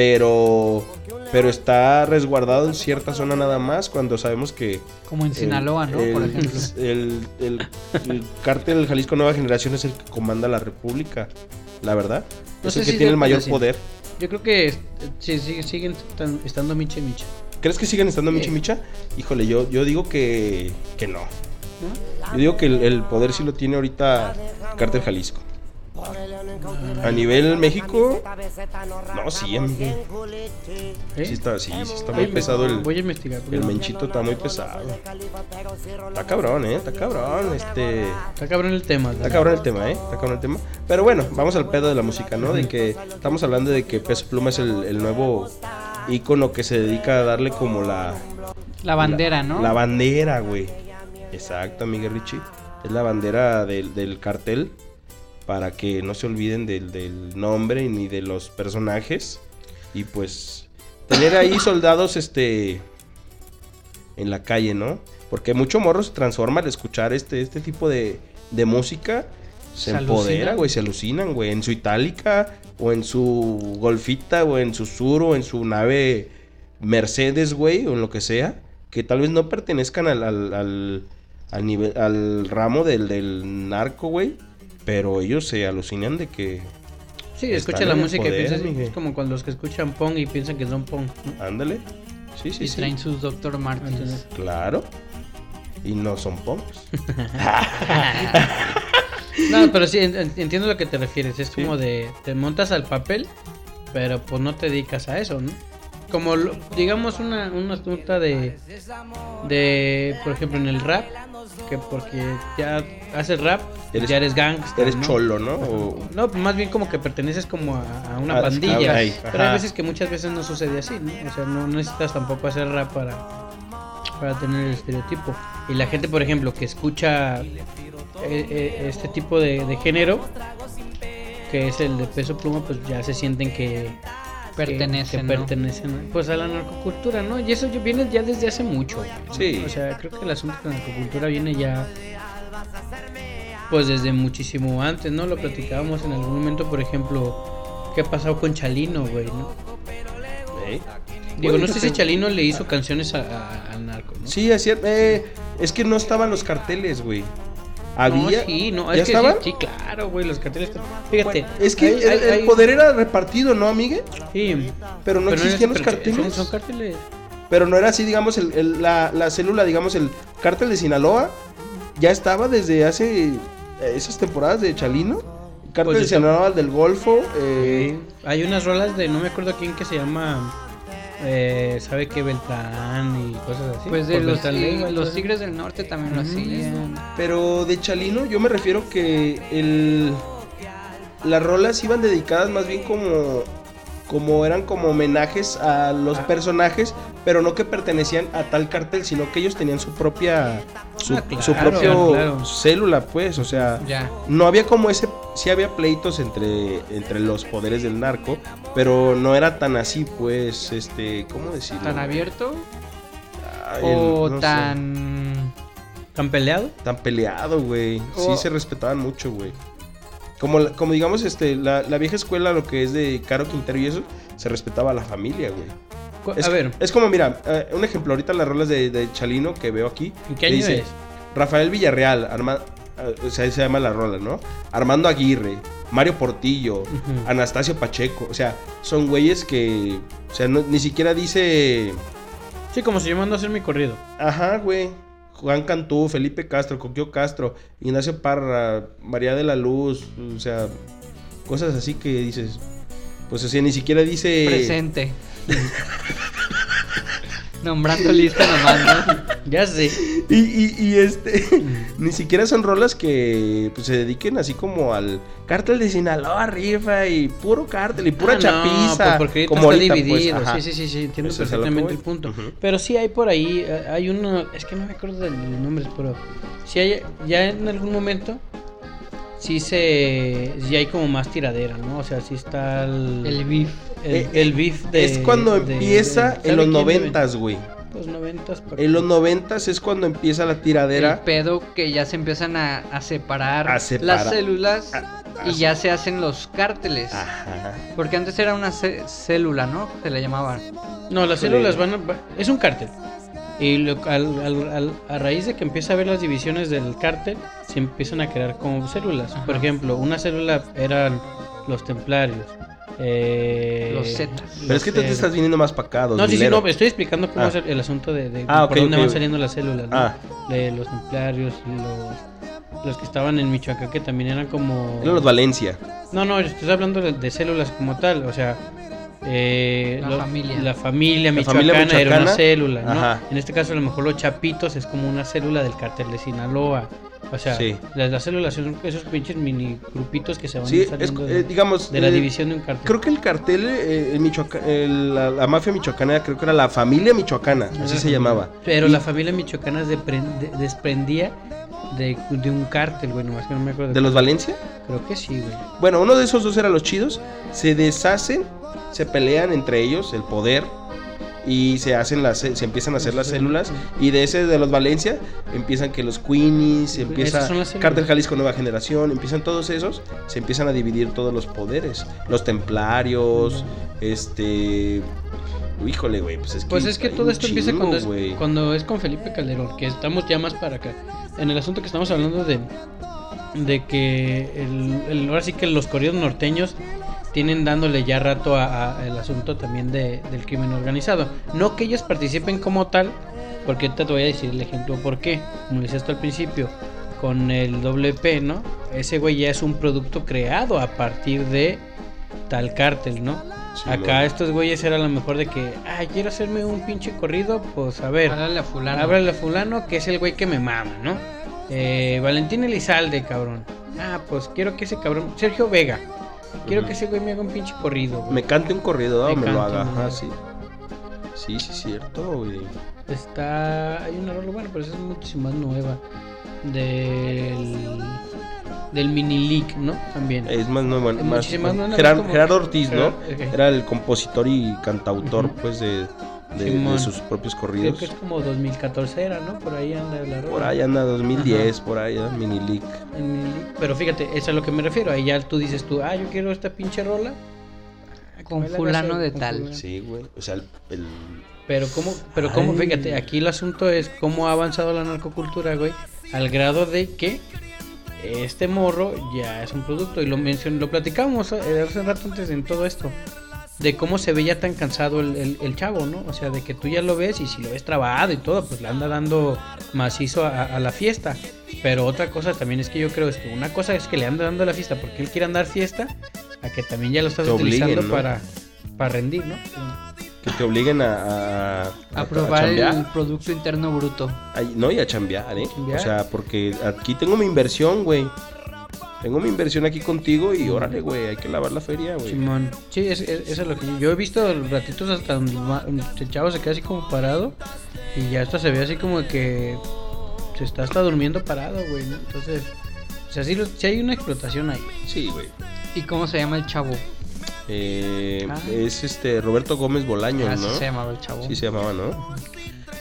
Speaker 1: pero. Pero está resguardado en cierta zona nada más, cuando sabemos que.
Speaker 3: Como en
Speaker 1: el-
Speaker 3: Sinaloa, ¿no? Por
Speaker 1: el-
Speaker 3: ejemplo.
Speaker 1: El, el, el cártel Jalisco Nueva Generación es el que comanda la república, la verdad.
Speaker 2: No
Speaker 1: es
Speaker 2: sé
Speaker 1: el que
Speaker 2: si
Speaker 1: tiene
Speaker 2: sea
Speaker 1: el mayor
Speaker 2: así.
Speaker 1: poder.
Speaker 2: Yo creo que eh, sí, sí, siguen tan- estando Miche Miche.
Speaker 1: ¿Crees que sigan estando
Speaker 2: Sí.
Speaker 1: Michi Micha? Híjole, yo, yo digo que, que no.
Speaker 2: ¿no?
Speaker 1: Yo digo que el, el poder sí lo tiene ahorita Cártel Jalisco. A nivel México, no, sí, amigo.
Speaker 2: ¿Eh?
Speaker 1: Sí está, sí, sí está
Speaker 2: Voy
Speaker 1: muy
Speaker 2: a inve-
Speaker 1: pesado el,
Speaker 2: Ah, Voy a investigar. porque
Speaker 1: el
Speaker 2: no-
Speaker 1: menchito, está muy pesado. Está cabrón, ¿eh? Está cabrón, este...
Speaker 2: Está cabrón el tema.
Speaker 1: Está cabrón el tema, ¿eh? Está cabrón el tema. Pero bueno, vamos al pedo de la música, ¿no? De que estamos hablando de que Peso Pluma es el, el nuevo ícono que se dedica a darle como la...
Speaker 3: La bandera,
Speaker 1: la-
Speaker 3: ¿no?
Speaker 1: La bandera, güey. Exacto, Miguel Richie. Es la bandera del, del cartel para que no se olviden del, del nombre ni de los personajes. Y pues tener ahí soldados, este... En la calle, ¿no? Porque mucho morro se transforma al escuchar este, este tipo de, de música. Se,
Speaker 3: Se
Speaker 1: empodera,
Speaker 3: alucinan.
Speaker 1: güey, se alucinan, güey. En su itálica, o en su golfita, o en su suro, en su nave Mercedes, güey, o en lo que sea, que tal vez no pertenezcan al, al, al, al nivel, al ramo del, del narco, güey, pero ellos se alucinan de que...
Speaker 2: Sí,
Speaker 1: Están
Speaker 2: escucha
Speaker 1: en
Speaker 2: la
Speaker 1: el
Speaker 2: música
Speaker 1: poder,
Speaker 2: y piensas,
Speaker 1: mijo.
Speaker 2: es como cuando los que escuchan Pong y piensan que son Pong. ¿no?
Speaker 1: Ándale. Sí, sí,
Speaker 3: y
Speaker 1: sí.
Speaker 3: traen sus Dr. Martens.
Speaker 2: Entonces-
Speaker 1: Claro. Y no son pomps.
Speaker 2: No, pero sí, en- en- entiendo a lo que te refieres. Es
Speaker 1: Sí.
Speaker 2: como de, te montas al papel, pero pues no te dedicas a eso, ¿no? Como, lo- digamos, una, una asunta de, de, por ejemplo, en el rap, que porque ya haces rap,
Speaker 1: Eres-
Speaker 2: ya eres gangster.
Speaker 1: Eres
Speaker 2: ¿no?
Speaker 1: cholo, ¿no? O-
Speaker 2: No, pues más bien como que perteneces como a, a una
Speaker 1: Ah,
Speaker 2: pandilla.
Speaker 1: ahí,
Speaker 2: pero
Speaker 1: ajá.
Speaker 2: hay veces que muchas veces no sucede así, ¿no? O sea, no necesitas tampoco hacer rap para, para tener el estereotipo. Y la gente, por ejemplo, que escucha eh, eh, este tipo de, de género, que es el de peso pluma, pues ya se sienten que
Speaker 3: Pertenecen,
Speaker 2: que
Speaker 3: ¿no?
Speaker 2: pertenecen pues a la narcocultura, ¿no? Y eso ya viene ya desde hace mucho. ¿no?
Speaker 1: Sí.
Speaker 2: O sea, creo que el asunto de la narcocultura viene ya pues desde muchísimo antes, ¿no? Lo platicábamos en algún momento, por ejemplo, qué ha pasado con Chalino, güey, ¿no?
Speaker 1: ¿eh?
Speaker 2: Digo,
Speaker 1: Güey,
Speaker 2: no sé si
Speaker 1: fíjate.
Speaker 2: Chalino le hizo canciones a- a- al narco, ¿no?
Speaker 1: Sí, es cierto. Eh, es que no estaban los carteles, güey. Había.
Speaker 2: No, sí, no,
Speaker 1: ¿Ya
Speaker 2: es que sí,
Speaker 1: estaban?
Speaker 2: sí, claro, güey, los carteles. Fíjate,
Speaker 1: Es que
Speaker 2: hay-
Speaker 1: el,
Speaker 2: hay-
Speaker 1: el
Speaker 2: hay-
Speaker 1: poder era repartido, ¿no, amigue?
Speaker 2: Sí,
Speaker 1: Pero no
Speaker 2: pero
Speaker 1: existían
Speaker 2: es-
Speaker 1: los
Speaker 2: pero
Speaker 1: carteles.
Speaker 2: Son, son carteles.
Speaker 1: Pero no era así, digamos, el- el- la, la célula, digamos, el cártel de Sinaloa ya estaba desde hace eh, esas temporadas de Chalino. Cártel
Speaker 2: Pues
Speaker 1: de
Speaker 2: está-
Speaker 1: Sinaloa del Golfo. eh,
Speaker 2: Hay unas rolas de no me acuerdo quién que se llama eh, sabe qué Beltrán y cosas así.
Speaker 3: Pues de
Speaker 2: Por
Speaker 3: los,
Speaker 2: Beltrán Leiva,
Speaker 3: tig- los
Speaker 2: entonces.
Speaker 3: Tigres del Norte también lo
Speaker 2: Ujú.
Speaker 3: hacían.
Speaker 1: Pero de Chalino yo me refiero que el las rolas iban dedicadas más bien como como eran como homenajes a los
Speaker 2: Ah.
Speaker 1: personajes, pero no que pertenecían a tal cartel, sino que ellos tenían su propia su,
Speaker 2: Ah, claro,
Speaker 1: su propio
Speaker 2: claro.
Speaker 1: célula, pues, o sea,
Speaker 3: Ya.
Speaker 1: no había como ese sí había pleitos entre entre los poderes del narco, pero no era tan así, pues, este, ¿cómo decirlo?
Speaker 3: ¿Tan abierto?
Speaker 1: Ah, el-
Speaker 3: ¿O
Speaker 1: no sé,
Speaker 3: tan.?
Speaker 2: ¿Tan peleado?
Speaker 1: tan peleado, güey.
Speaker 2: Oh.
Speaker 3: O-
Speaker 1: Sí se respetaban mucho, güey. Como, la- como digamos, este, la, la vieja escuela, lo que es de Caro Quintero y eso, se respetaba a la familia, güey.
Speaker 2: Cu-
Speaker 1: Es,
Speaker 2: a ver,
Speaker 1: Es como, mira, eh, un ejemplo, ahorita las rolas de, de Chalino que veo aquí.
Speaker 2: ¿en qué
Speaker 1: que
Speaker 2: año
Speaker 1: dice,
Speaker 2: es?
Speaker 1: Rafael Villarreal, Arma- eh, o sea, ahí se llama la rola, ¿no? Armando Aguirre, Mario Portillo, Anastasio Pacheco. O sea, son güeyes que, o sea, no- ni siquiera dice...
Speaker 2: Sí, como si yo mando a hacer mi corrido.
Speaker 1: Ajá, güey. Juan Cantú, Felipe Castro, Coquio Castro, Ignacio Parra, María de la Luz, o sea, cosas así que dices. Pues o sea, ni siquiera dice.
Speaker 3: Presente. Nombrando lista nomás, ¿no?
Speaker 2: Ya sé.
Speaker 1: Y, y, y este. ni siquiera son rolas que pues, se dediquen así como al cártel de Sinaloa, rifa, y puro cártel, y pura
Speaker 2: Ah, no,
Speaker 1: chapiza.
Speaker 2: pues porque ahorita
Speaker 1: como
Speaker 2: está
Speaker 1: ahorita, pues,
Speaker 2: dividido.
Speaker 1: ajá.
Speaker 2: sí, sí, sí, sí, entiendo
Speaker 1: Eso es a lo que
Speaker 2: perfectamente
Speaker 1: voy.
Speaker 2: el punto.
Speaker 1: Ujú.
Speaker 2: Pero sí hay por ahí, eh, hay uno, es que no me acuerdo de los nombres, pero sí hay, ya en algún momento, sí se, ya hay como más tiradera, ¿no? O sea, sí está el,
Speaker 3: El beef.
Speaker 2: el,
Speaker 1: Eh,
Speaker 2: el beef de...
Speaker 1: es cuando
Speaker 2: de-
Speaker 1: empieza
Speaker 2: de-
Speaker 1: en los
Speaker 2: ¿sabe quién debe?
Speaker 1: noventas, güey.
Speaker 2: Los noventas. por-
Speaker 1: En los noventas es cuando empieza la
Speaker 3: El
Speaker 1: tiradera.
Speaker 3: pedo que ya se empiezan a, a separar
Speaker 1: A separar.
Speaker 3: las células
Speaker 1: A- a- Ah.
Speaker 3: y ya se hacen los cárteles.
Speaker 1: Ajá.
Speaker 3: Porque antes era una ce- célula, ¿no? Se le llamaban.
Speaker 2: No, las
Speaker 1: Sí.
Speaker 2: células van a, va- Es un cártel. Y lo- al- al- al- a raíz de que empieza a ver las divisiones del cártel, se empiezan a crear como células.
Speaker 3: Ajá.
Speaker 2: Por ejemplo, una célula eran los templarios. eh,
Speaker 3: Los Zetas.
Speaker 1: Pero es que tú te
Speaker 2: Zetas.
Speaker 1: estás viniendo más para acá,
Speaker 2: No, sí, sí,
Speaker 1: dominero.
Speaker 2: no, estoy explicando cómo
Speaker 1: Ah.
Speaker 2: es el, el asunto de, de-
Speaker 1: Ah,
Speaker 2: por
Speaker 1: ok,
Speaker 2: dónde
Speaker 1: ok,
Speaker 2: van
Speaker 1: ok.
Speaker 2: saliendo las células, ¿no?
Speaker 1: Ah.
Speaker 2: De los templarios y los, los que estaban en Michoacán, que también eran como...
Speaker 1: Eran los Valencia.
Speaker 2: No, no, yo estoy hablando de, de células como tal, o sea, eh,
Speaker 3: La
Speaker 2: lo-
Speaker 3: familia.
Speaker 2: la familia
Speaker 1: La familia
Speaker 2: michoacana, era una
Speaker 1: michoacana.
Speaker 2: célula, ¿no?
Speaker 1: Ajá.
Speaker 2: En este caso, a lo mejor los chapitos es como una célula del cartel de Sinaloa. O sea,
Speaker 1: Sí.
Speaker 2: las, las células son esos pinches mini grupitos que se van
Speaker 1: Sí, es,
Speaker 2: saliendo de,
Speaker 1: eh, digamos.
Speaker 2: de la
Speaker 1: eh,
Speaker 2: división de un cartel.
Speaker 1: Creo que el cartel, eh, el Michoaca- el- la, la mafia michoacana, creo que era la familia michoacana, así se llamaba.
Speaker 2: Pero
Speaker 1: Y-
Speaker 2: la familia michoacana se pren- de- desprendía de, de un cártel, güey, nomás que no me acuerdo.
Speaker 1: ¿De los Valencia?
Speaker 2: Creo que sí, güey.
Speaker 1: Bueno, uno de esos dos eran los chidos. Se deshacen, se pelean entre ellos, el poder. Y se hacen las, ce- se empiezan a hacer las
Speaker 2: Sí.
Speaker 1: células. Y de ese de los Valencia empiezan que los Queenies,
Speaker 2: Esas
Speaker 1: empieza
Speaker 2: son las células.
Speaker 1: Cártel Jalisco Nueva Generación, empiezan todos esos, se empiezan a dividir todos los poderes. Los templarios, este. Híjole, güey, pues es que.
Speaker 2: Pues es que
Speaker 1: hay
Speaker 2: todo
Speaker 1: un
Speaker 2: esto empieza
Speaker 1: chingo,
Speaker 2: cuando es,
Speaker 1: güey.
Speaker 2: cuando es con Felipe Calderón, que estamos ya más para acá. En el asunto que estamos hablando de, de que el, el- ahora sí que los corridos norteños tienen dándole ya rato a- a- al asunto también de- del crimen organizado. No que ellos participen como tal, porque ahorita te voy a decir el ejemplo por qué. Como decía hasta al principio, con el WP, ¿no? Ese güey ya es un producto creado a partir de tal cártel, ¿no?
Speaker 1: Sí,
Speaker 2: Acá
Speaker 1: no.
Speaker 2: estos güeyes era lo mejor de que, ah, quiero hacerme un pinche corrido, pues a ver,
Speaker 3: Háblale a fulano.
Speaker 2: háblale a fulano que es el güey que me mama, ¿no? Eh, Valentín Elizalde, cabrón. Ah, pues quiero que ese cabrón, Sergio Vega, quiero
Speaker 1: Ujú.
Speaker 2: que ese güey me haga un pinche corrido. güey.
Speaker 1: Me cante un corrido
Speaker 2: Me
Speaker 1: o me lo
Speaker 2: cante
Speaker 1: haga.
Speaker 2: un
Speaker 1: Ajá,
Speaker 2: corrido.
Speaker 1: sí. Sí, sí, cierto, güey.
Speaker 2: Está, hay una rola, bueno, pero esa es muchísimo más nueva, del, del mini leak, ¿no? También.
Speaker 1: Es más nuevo.
Speaker 2: Es
Speaker 1: Más,
Speaker 2: muchísimo más nuevo,
Speaker 1: Gerard-
Speaker 2: como-
Speaker 1: Gerardo Ortiz, ¿no?
Speaker 2: Gerardo, ok.
Speaker 1: Era el compositor y cantautor,
Speaker 2: Ujú.
Speaker 1: pues, de, de- de
Speaker 2: Simón.
Speaker 1: sus propios
Speaker 2: Creo
Speaker 1: corridos.
Speaker 2: que es como 2014 era, ¿no? Por ahí anda la rola.
Speaker 1: Por ahí anda 2010, por ahí anda Mini Leak.
Speaker 2: en mi lic- Pero fíjate, eso es a lo que me refiero. Ahí ya tú dices tú, ah, yo quiero esta pinche rola. Ah, que
Speaker 3: Con
Speaker 2: me la hagas
Speaker 3: fulano
Speaker 2: él,
Speaker 3: de
Speaker 2: con
Speaker 3: tal.
Speaker 2: fulano.
Speaker 1: Sí, güey. O sea, el. el-
Speaker 2: Pero cómo, pero cómo,
Speaker 1: Ay.
Speaker 2: fíjate, aquí el asunto es cómo ha avanzado la narcocultura, güey, al grado de que este morro ya es un producto y lo mencion lo platicamos eh, hace un rato antes en todo esto de cómo se veía tan cansado el, el- el chavo, ¿no? O sea, de que tú ya lo ves y si lo ves trabado y todo, pues le anda dando macizo a, a la fiesta. Pero otra cosa también es que yo creo es que una cosa es que le anda dando la fiesta porque él quiere andar fiesta, a que también ya lo estás
Speaker 1: Te obliguen,
Speaker 2: utilizando
Speaker 1: ¿no?
Speaker 2: para, para rendir, ¿no?
Speaker 1: que te obliguen a. A, a-
Speaker 3: A
Speaker 1: a
Speaker 3: probar
Speaker 1: chambear.
Speaker 3: el Producto Interno Bruto.
Speaker 1: Ay, no, y a chambear, ¿eh?
Speaker 2: Chambear.
Speaker 1: O sea, porque aquí tengo mi inversión, güey. Tengo mi inversión aquí contigo y órale, güey, hay que lavar la feria, güey.
Speaker 2: Simón. Sí, es- es- eso es lo que yo, yo he visto ratitos hasta donde ma- el chavo se queda así como parado y ya hasta se ve así como que se está hasta durmiendo parado, güey, ¿no? Entonces, o sea, sí, lo- sí hay una explotación ahí.
Speaker 1: Sí, güey.
Speaker 3: ¿Y cómo se llama el chavo?
Speaker 1: Eh,
Speaker 3: Ah.
Speaker 1: Es este Roberto Gómez Bolaños,
Speaker 2: Ah,
Speaker 3: Así
Speaker 1: ¿no?
Speaker 3: se llamaba el chavo.
Speaker 1: Sí se llamaba, ¿no?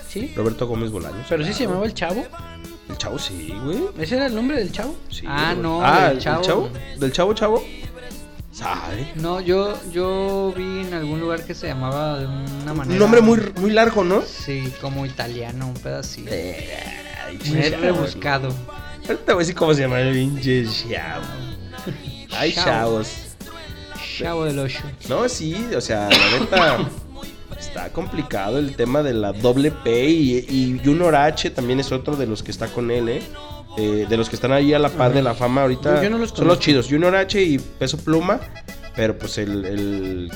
Speaker 2: ¿Sí?
Speaker 1: Roberto Gómez Bolaños.
Speaker 2: Pero sí se llamaba el chavo.
Speaker 1: El chavo, sí, güey.
Speaker 2: ¿Ese era el nombre del chavo?
Speaker 1: Sí,
Speaker 3: Ah,
Speaker 1: güey.
Speaker 3: no,
Speaker 1: Ah,
Speaker 3: del
Speaker 1: ¿el
Speaker 3: Chavo.
Speaker 1: chavo? ¿Del chavo, chavo? Sabe.
Speaker 3: No, yo, yo vi en algún lugar que se llamaba de una manera.
Speaker 1: Un nombre muy, muy largo, ¿no?
Speaker 3: Sí, como italiano, un pedacito.
Speaker 1: Eh, Ay,
Speaker 3: Muy
Speaker 1: chavo.
Speaker 3: rebuscado.
Speaker 1: Ahorita te voy a decir cómo se llama el pinche chavo. Ay,
Speaker 3: Chavo.
Speaker 1: chavos.
Speaker 3: Chavo del Ocho.
Speaker 1: No, sí, o sea, la neta está complicado el tema de la doble P y, y Junior H también es otro de los que está con él, ¿eh? Eh, de los que están ahí a la par de la fama ahorita.
Speaker 2: Yo- yo no los
Speaker 1: son los
Speaker 2: conozco.
Speaker 1: chidos, Junior H y Peso Pluma, pero pues el, el,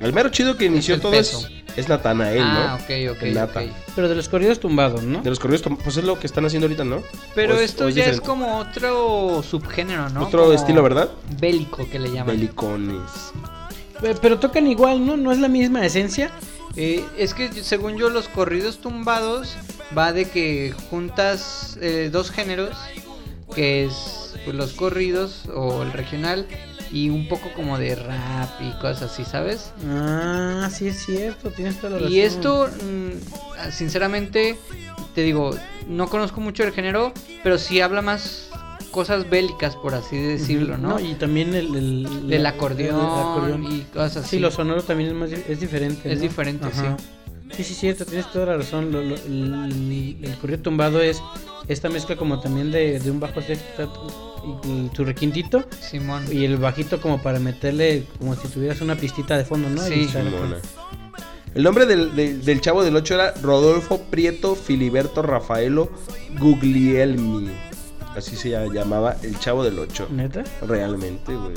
Speaker 1: el mero chido que inició
Speaker 3: el
Speaker 1: todo
Speaker 3: Peso.
Speaker 1: es, es Natanael,
Speaker 3: ah,
Speaker 1: ¿no?
Speaker 3: ok, ok,
Speaker 1: El Nata.
Speaker 3: ok.
Speaker 2: Pero de los corridos tumbados, ¿no?
Speaker 1: De los corridos, tom- pues es lo que están haciendo ahorita, ¿no?
Speaker 3: Pero
Speaker 1: O Pues, es-
Speaker 3: esto
Speaker 1: o
Speaker 3: ya es
Speaker 1: diferente.
Speaker 3: como otro subgénero, ¿no?
Speaker 1: Otro
Speaker 3: Como
Speaker 1: estilo, ¿verdad?
Speaker 3: Bélico que le llaman.
Speaker 1: Belicones.
Speaker 2: Eh, Pero tocan igual, ¿no? No es la misma esencia.
Speaker 3: Eh, es que según yo los corridos tumbados va de que juntas eh, dos géneros, que es pues, los corridos o el regional y un poco como de rap y cosas así, ¿sabes?
Speaker 2: Ah, sí es cierto, tienes toda la razón.
Speaker 3: Y esto, mm, sinceramente, te digo, no conozco mucho el género, pero sí habla más cosas bélicas, por así decirlo,
Speaker 2: Ujú,
Speaker 3: ¿no?
Speaker 2: Y también el... el-
Speaker 3: Del
Speaker 2: la-
Speaker 3: acordeón,
Speaker 2: el acordeón.
Speaker 3: y cosas así.
Speaker 2: Sí, lo sonoro también es, más, di- es diferente.
Speaker 3: Es
Speaker 2: ¿no?
Speaker 3: diferente,
Speaker 2: sí. Sí, sí, cierto, tienes toda la razón. lo- lo- el, el corrido tumbado es esta mezcla como también de, de un bajo sexto y y su requintito
Speaker 3: Simón.
Speaker 2: y el bajito como para meterle como si tuvieras una pistita de fondo, ¿no? Y
Speaker 3: Sí.
Speaker 2: estar acá.
Speaker 1: Simona. El nombre del, del- del chavo del 8 era Rodolfo Prieto Filiberto Rafaelo Guglielmi. Así se llamaba el chavo del 8.
Speaker 2: ¿Neta?
Speaker 1: Realmente, güey.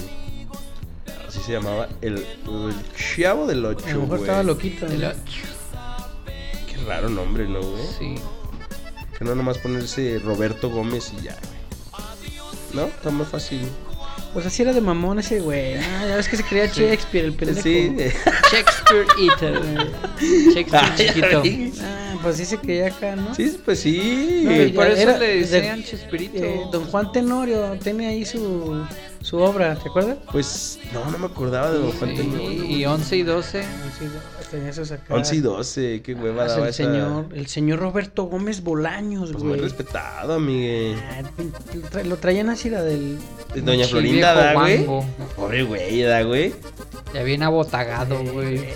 Speaker 1: Así se llamaba el, el chavo del
Speaker 2: A
Speaker 1: 8.
Speaker 2: lo mejor
Speaker 1: güey.
Speaker 2: estaba loquito. ¿no?
Speaker 3: de la-
Speaker 1: Qué raro nombre, ¿no, güey?
Speaker 3: Sí.
Speaker 1: Que no nomás ponerse Roberto Gómez y ya, güey. ¿No? Está más fácil.
Speaker 2: Pues así era de mamón ese güey. Ah, ya ves que se creía Shakespeare, el pendejo.
Speaker 1: Sí.
Speaker 3: Shakespeare Eater. Shakespeare chiquito.
Speaker 2: Ah, pues sí se creía acá, ¿no?
Speaker 1: Sí, pues sí.
Speaker 2: No, y-
Speaker 3: Por eso
Speaker 2: Era-
Speaker 3: le
Speaker 2: de-
Speaker 3: decían Chespirito.
Speaker 2: Eh, don Juan Tenorio tiene ahí su, su obra, ¿te acuerdas?
Speaker 1: Pues no, no me acordaba de Don Juan
Speaker 3: Sí,
Speaker 1: Tenorio,
Speaker 3: y 11 y 12.
Speaker 2: Tenía esos acá.
Speaker 1: 11 y 12, qué hueva
Speaker 2: Ah,
Speaker 1: daba
Speaker 2: el,
Speaker 1: esa.
Speaker 2: señor, el señor Roberto Gómez Bolaños,
Speaker 1: Pues muy
Speaker 2: güey.
Speaker 1: respetado, Miguel.
Speaker 2: Ah, lo tra- lo traían así la del...
Speaker 1: Doña
Speaker 3: Sí,
Speaker 1: Florinda,
Speaker 3: viejo
Speaker 1: da, güey.
Speaker 3: guango.
Speaker 1: Pobre güey, da, güey.
Speaker 3: Ya bien abotagado, güey.
Speaker 2: Eh,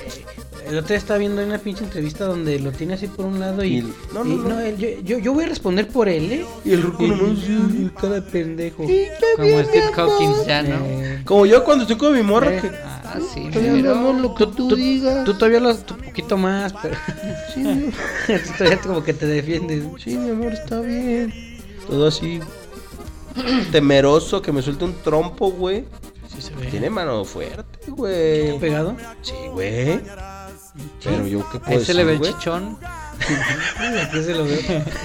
Speaker 2: el otro día estaba viendo una pinche entrevista donde lo tiene así por un lado y.
Speaker 1: Y el- no, no,
Speaker 2: y-
Speaker 1: no.
Speaker 2: él- yo, yo, yo voy a responder por él, ¿eh?
Speaker 1: Y el ruco nomás,
Speaker 2: Y- y cada pendejo.
Speaker 3: Como Steve Hawkins ya, ¿no?
Speaker 2: Eh,
Speaker 1: Como yo cuando estoy con mi morra.
Speaker 2: Eh.
Speaker 1: que-
Speaker 3: Ah, sí,
Speaker 2: Todavía
Speaker 3: pero-
Speaker 2: no, no, lo que tú, digas. Tú todavía lo un poquito más, pero. tú todavía como que te defiendes.
Speaker 1: Sí, mi amor, está bien. Todo así. Temeroso que me suelte un trompo, güey.
Speaker 2: Sí, se ve.
Speaker 1: Tiene mano fuerte, güey.
Speaker 2: pegado?
Speaker 1: Sí, güey. Pero yo qué puedo
Speaker 3: Ahí se le ve
Speaker 1: decir, Pues, güey?
Speaker 3: el chichón.
Speaker 2: Ay, Aquí se lo veo.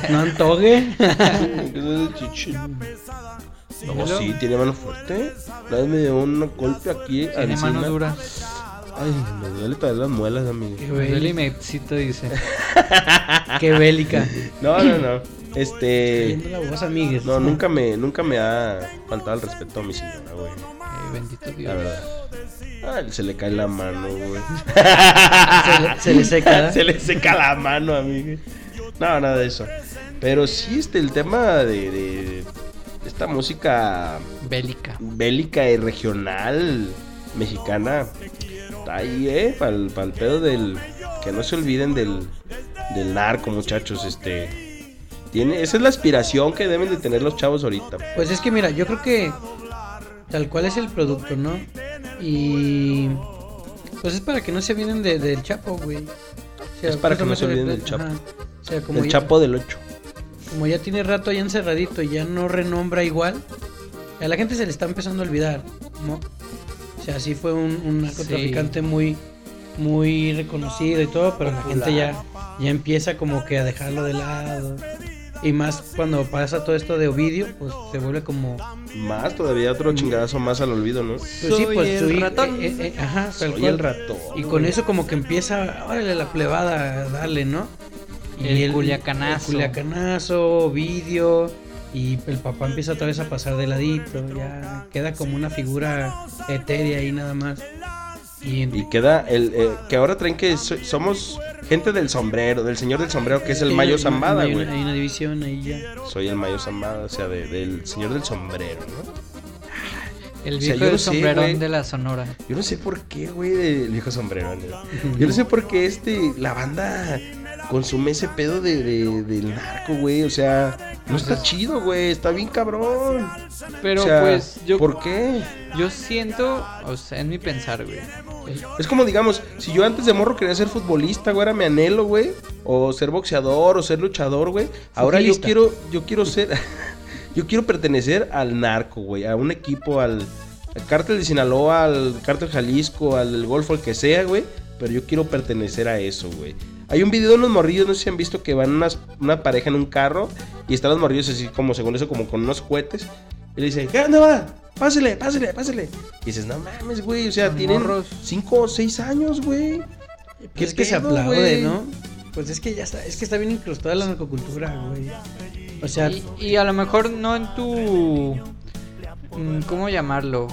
Speaker 2: No antoje.
Speaker 1: No, sí, tiene mano fuerte. La vez me dio un golpe aquí.
Speaker 3: Tiene
Speaker 1: encima.
Speaker 3: mano dura. Eh.
Speaker 1: Ay, me duele todavía las muelas, amigo.
Speaker 2: Qué,
Speaker 3: Me duele y
Speaker 2: bélica.
Speaker 3: me excito, dice.
Speaker 2: Qué bélica.
Speaker 1: No, no, no. Este.
Speaker 2: Viendo la voz, amigues.
Speaker 1: No, nunca me, nunca me ha faltado el respeto a mi señora, güey.
Speaker 3: Ay, bendito
Speaker 1: La
Speaker 3: Dios.
Speaker 1: verdad. Ah, se le cae la mano, güey.
Speaker 2: Se le- se le seca, ¿verdad?
Speaker 1: se le seca la mano, amigo. No, nada de eso. Pero sí, este, el tema de, de esta música
Speaker 3: Bélica.
Speaker 1: bélica y regional mexicana está ahí, ¿eh? Para el pedo del. Que no se olviden del, del narco, muchachos. Este. Tiene, esa es la aspiración que deben de tener los chavos ahorita.
Speaker 2: Pues es que mira, yo creo que tal cual es el producto, ¿no? Y pues es para que no se olviden de- del Chapo, güey. O sea, pues
Speaker 1: Es para que no se olviden del
Speaker 2: ajá.
Speaker 1: Chapo.
Speaker 2: O sea, como
Speaker 1: El
Speaker 2: ya,
Speaker 1: Chapo del 8.
Speaker 2: como ya tiene rato ahí encerradito y ya no renombra igual, a la gente se le está empezando a olvidar, ¿no? O sea, sí fue un, un narcotraficante muy muy reconocido y todo, pero la gente ya ya empieza como que a dejarlo de lado. Y más cuando pasa todo esto de Ovidio, pues se vuelve como
Speaker 1: Más todavía otro chingadazo más al olvido, ¿no?
Speaker 2: Pues sí,
Speaker 3: Soy
Speaker 2: pues
Speaker 3: el
Speaker 2: su hij-
Speaker 3: ratón.
Speaker 2: eh, eh, ajá, tal
Speaker 1: Soy
Speaker 2: cual.
Speaker 1: el ratón.
Speaker 2: Y con eso como que empieza, órale la plebada, dale, ¿no?
Speaker 3: El culiacanazo.
Speaker 2: El culiacanazo, vídeo. Y el papá empieza otra vez a pasar de ladito. Ya queda como una figura etérea ahí nada más. Y,
Speaker 1: Y queda el eh, que ahora traen que so- somos gente del sombrero, del señor del sombrero, que es el
Speaker 2: hay
Speaker 1: Mayo
Speaker 2: una-
Speaker 1: Zambada,
Speaker 2: hay una-
Speaker 1: güey.
Speaker 2: Hay una división ahí ya.
Speaker 1: Soy el Mayo Zambada, o sea, de- del señor del sombrero, ¿no?
Speaker 3: El
Speaker 1: O sea,
Speaker 3: viejo
Speaker 1: yo
Speaker 3: del
Speaker 1: no sé,
Speaker 3: sombrerón
Speaker 1: güey.
Speaker 3: de la Sonora.
Speaker 1: Yo no sé por qué, güey, del viejo sombrero. ¿no? Yo no sé por qué este, la banda consume ese pedo de, de- del narco, güey. O sea, no está chido, güey. Está bien cabrón.
Speaker 3: Pero
Speaker 1: O sea,
Speaker 3: pues yo,
Speaker 1: ¿Por qué?
Speaker 3: yo siento, o sea, en mi pensar, güey. el-
Speaker 1: Es como, digamos, si yo antes de morro quería ser futbolista, güey, era mi anhelo, güey. O ser boxeador, o ser luchador, güey. Ahora yo
Speaker 2: Pugilista.
Speaker 1: quiero, yo quiero ser, yo quiero pertenecer al narco, güey. A un equipo, al, al cártel de Sinaloa, al cártel Jalisco, al del Golfo, al que sea, güey. Pero yo quiero pertenecer a eso, güey. Hay un video de los morrillos, no sé si han visto, que van unas- una pareja en un carro y están los morrillos así como, según eso, como con unos cohetes. Y le dicen, ¿qué onda, va? Pásele, pásele, pásele. Y dices, no mames, güey. O sea,
Speaker 3: Son
Speaker 1: tienen
Speaker 3: morros.
Speaker 1: 5 o 6 años, güey.
Speaker 2: Pues
Speaker 1: ¿Qué
Speaker 2: es que se
Speaker 1: pedo,
Speaker 2: aplaude,
Speaker 1: güey?
Speaker 2: ¿no? Pues es que ya está, es que está bien incrustada la narcocultura, güey. O sea,
Speaker 3: Y, y a lo mejor no en tu. mm, ¿Cómo llamarlo?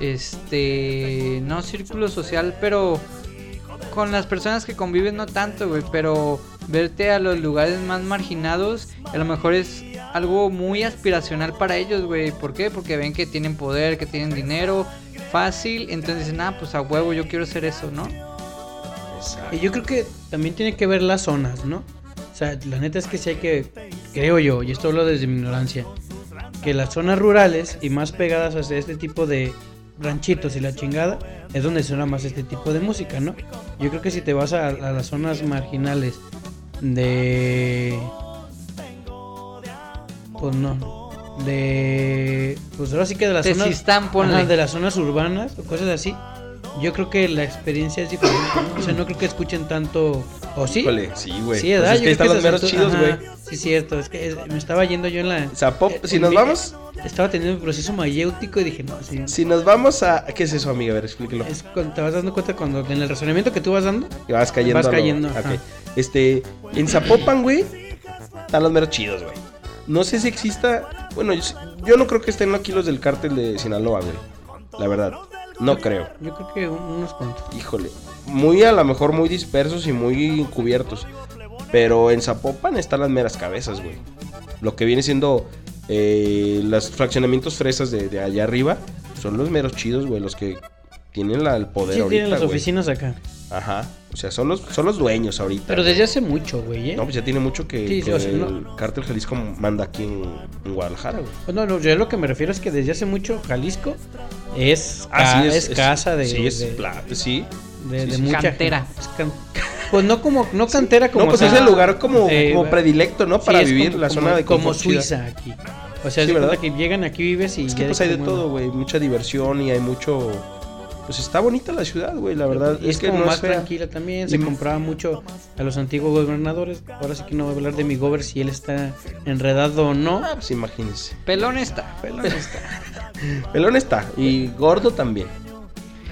Speaker 3: Este. No círculo social, pero. Con las personas que convives, no tanto, güey. Pero verte a los lugares más marginados, a lo mejor es algo muy aspiracional para ellos, güey. ¿Por qué? Porque ven que tienen poder, que tienen dinero, fácil. Entonces dicen, ah, pues a huevo, yo quiero ser eso, ¿no?
Speaker 2: Y yo creo que también tiene que ver las zonas, ¿no? O sea, la neta es que sí hay que, creo yo, y esto hablo desde mi ignorancia, que las zonas rurales y más pegadas hacia este tipo de ranchitos y la chingada es donde suena más este tipo de música, ¿no? Yo creo que si te vas a, a las zonas marginales de... Pues no. De... Pues ahora sí que de las zonas...
Speaker 3: Tezistán, ponle.
Speaker 2: Ajá, de las zonas urbanas o cosas así. Yo creo que la experiencia es diferente. ¿no? O sea, no creo que escuchen tanto. ¿O sí?
Speaker 1: Híjole, sí, güey.
Speaker 2: Sí, ¿verdad?
Speaker 1: Pues es que
Speaker 2: Yo
Speaker 1: están
Speaker 2: creo
Speaker 1: los
Speaker 2: que
Speaker 1: meros
Speaker 2: esas-
Speaker 1: chidos,
Speaker 2: ajá,
Speaker 1: güey.
Speaker 2: Sí, cierto. Es que es- me estaba yendo yo en la.
Speaker 1: Zapop,
Speaker 2: eh,
Speaker 1: si
Speaker 2: en
Speaker 1: nos
Speaker 2: mi-
Speaker 1: vamos,
Speaker 2: Estaba teniendo un proceso mayéutico y dije, no, sí.
Speaker 1: si nos vamos a. ¿Qué es eso, amiga? A ver, explíquelo.
Speaker 2: Es cuando te vas dando cuenta cuando en el razonamiento que tú vas dando.
Speaker 1: Y vas cayendo.
Speaker 2: Vas
Speaker 1: a lo-
Speaker 2: cayendo,
Speaker 1: ok.
Speaker 2: ajá.
Speaker 1: Este, en Zapopan, güey, están los meros chidos, güey. No sé si exista. Bueno, yo, sé- yo no creo que estén aquí los del cártel de Sinaloa, güey. La verdad, no creo.
Speaker 2: Yo creo que un- unos cuantos.
Speaker 1: Híjole, muy a lo mejor muy dispersos y muy encubiertos. Pero en Zapopan están las meras cabezas, güey. Lo que viene siendo eh, los fraccionamientos fresas de, de allá arriba son los meros chidos, güey. Los que tienen la- el poder
Speaker 2: Sí,
Speaker 1: ahorita,
Speaker 2: tienen las
Speaker 1: güey.
Speaker 2: oficinas acá.
Speaker 1: Ajá. O sea, son los, son los dueños ahorita.
Speaker 2: Pero desde hace mucho, güey, ¿eh?
Speaker 1: No, pues ya tiene mucho que,
Speaker 2: Sí, sí,
Speaker 1: que
Speaker 2: o sea, no.
Speaker 1: el cártel Jalisco manda aquí en, en Guadalajara, güey.
Speaker 2: Pues No, no, yo lo que me refiero es que desde hace mucho Jalisco es,
Speaker 1: Ah,
Speaker 2: ca-
Speaker 1: sí,
Speaker 2: es casa de,
Speaker 1: Sí, es
Speaker 2: de-
Speaker 1: pla- sí.
Speaker 2: de-
Speaker 1: sí,
Speaker 2: de
Speaker 1: sí.
Speaker 2: mucha
Speaker 3: Cantera.
Speaker 2: gente. Es can- Pues no como no cantera como
Speaker 1: No, pues
Speaker 2: tal.
Speaker 1: es el lugar como,
Speaker 2: Eh,
Speaker 1: como predilecto, ¿no?
Speaker 2: Sí,
Speaker 1: Para
Speaker 2: es
Speaker 1: vivir
Speaker 2: como-
Speaker 1: la
Speaker 2: como-
Speaker 1: zona de
Speaker 2: como
Speaker 1: confort chida.
Speaker 2: Suiza aquí. O sea,
Speaker 1: Sí,
Speaker 2: es
Speaker 1: ¿verdad?
Speaker 2: que llegan aquí vives y
Speaker 1: Es que
Speaker 2: ya
Speaker 1: pues hay de
Speaker 2: como-
Speaker 1: todo, güey. Mucha diversión y hay mucho. Pues está bonita la ciudad, güey, la verdad.
Speaker 2: Y es,
Speaker 1: que
Speaker 2: como
Speaker 1: no
Speaker 2: más
Speaker 1: fea.
Speaker 2: tranquila también, se
Speaker 1: Y-
Speaker 2: compraba mucho a los antiguos gobernadores. Ahora sí que no voy a hablar de mi gober si él está enredado o no.
Speaker 1: Ah, pues imagínense.
Speaker 3: Pelón está.
Speaker 1: Pelón está. Pelón está. Y gordo también.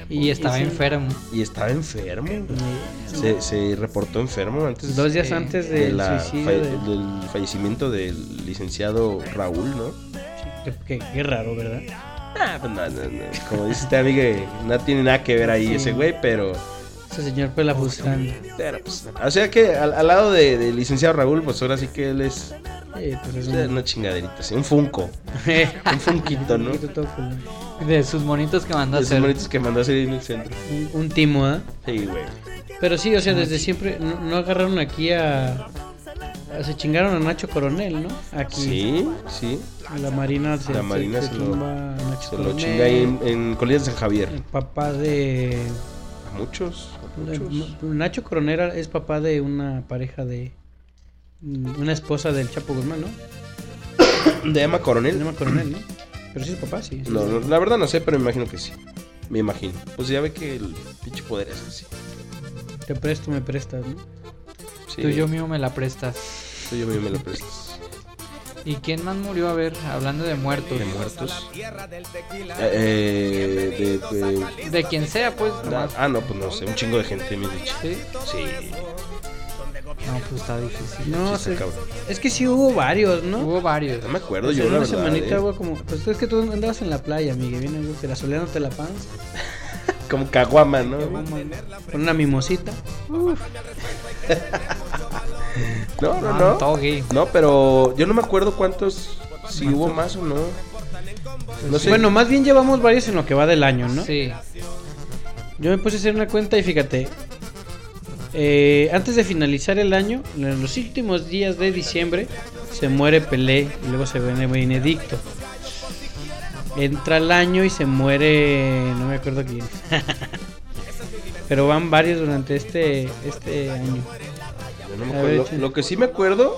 Speaker 3: Y estaba
Speaker 2: sí.
Speaker 3: enfermo.
Speaker 1: Y estaba enfermo. güey. Se, se reportó enfermo antes
Speaker 2: Dos días
Speaker 3: Sí.
Speaker 2: antes
Speaker 1: de
Speaker 2: del
Speaker 1: la
Speaker 2: suicidio.
Speaker 1: falle-
Speaker 2: de-
Speaker 1: del fallecimiento del licenciado Raúl, ¿no?
Speaker 2: Qué, qué- qué raro, ¿verdad?
Speaker 1: Ah, pues no, no, no. Como dice este amigo, eh, no tiene nada que ver ahí
Speaker 2: Sí.
Speaker 1: ese güey, pero.
Speaker 2: Ese señor pelafustán. Eh,
Speaker 1: pero, pues, o sea que al, al lado de- del licenciado Raúl, pues ahora sí que él es
Speaker 2: pues es
Speaker 1: es
Speaker 2: un...
Speaker 1: una chingaderita, sí, un funko. Un funquito, ¿no?
Speaker 2: Un todo culero.
Speaker 3: De sus monitos que mandó a
Speaker 1: De esos
Speaker 3: hacer.
Speaker 1: monitos que mandó a hacer ahí en el centro.
Speaker 2: Un- un timo, ¿ah?
Speaker 1: Sí, güey.
Speaker 2: Pero sí, o sea, desde siempre no, no agarraron aquí a, a- Se chingaron a Nacho Coronel, ¿no? Aquí.
Speaker 1: Sí, sí.
Speaker 2: A la Marina se,
Speaker 1: La Marina se lo-
Speaker 2: tumba a Nacho
Speaker 1: Se lo
Speaker 2: Coronel,
Speaker 1: chinga ahí en, en Colinas de San
Speaker 2: El
Speaker 1: Javier.
Speaker 2: papá de.
Speaker 1: A muchos, a muchos.
Speaker 2: Nacho Coronel es papá de una pareja de. Una esposa del Chapo Guzmán, ¿no?
Speaker 1: ¿De Emma
Speaker 2: Se
Speaker 1: Coronel?
Speaker 2: llama Coronel, ¿no? Pero sí es papá, sí. sí.
Speaker 1: No, no, la verdad no sé, pero me imagino que sí. Me imagino. Pues ya ve que el pinche poder es así.
Speaker 2: Te presto, me prestas, ¿no?
Speaker 1: Sí,
Speaker 3: Tú y yo mismo me la prestas.
Speaker 1: tú y yo mismo me lo prestas.
Speaker 3: ¿Y quién más murió? A ver, hablando de muertos.
Speaker 1: De muertos. Eh, de- de-
Speaker 3: De quien sea, pues.
Speaker 1: da-
Speaker 3: nomás.
Speaker 1: ah, no, pues no sé, un chingo de gente, mi dicho.
Speaker 3: Sí.
Speaker 1: Sí,
Speaker 3: No, pues está difícil.
Speaker 2: No,
Speaker 1: sí,
Speaker 2: se-
Speaker 1: cabrón.
Speaker 2: es que sí hubo varios, ¿no?
Speaker 3: Hubo varios.
Speaker 1: No me acuerdo
Speaker 2: O sea,
Speaker 1: yo, la
Speaker 2: una
Speaker 1: verdad.
Speaker 2: semanita,
Speaker 1: eh.
Speaker 2: güey, como. Pues tú es que tú andabas en la playa, Miguel, bien, güey, te la soleándote la panza,
Speaker 1: Como caguama, ¿no?
Speaker 2: con una mimosita.
Speaker 1: No, no,
Speaker 3: No, no,
Speaker 1: no.
Speaker 3: Ah, todo gay.
Speaker 1: No, pero yo no me acuerdo cuántos, si hubo más o no. No sé.
Speaker 2: Pues, Bueno, más bien llevamos varios en lo que va del año, ¿no?
Speaker 3: Sí.
Speaker 2: Yo me puse a hacer una cuenta y fíjate. eh, antes de finalizar el año, en los últimos días de diciembre, se muere Pelé y luego se viene Benedicto. Entra el año y se muere. No me acuerdo quién. Pero van varios durante este, este año.
Speaker 1: Yo no me
Speaker 2: A
Speaker 1: acuerdo.
Speaker 2: ver,
Speaker 1: Lo,
Speaker 2: che.
Speaker 1: lo que sí me acuerdo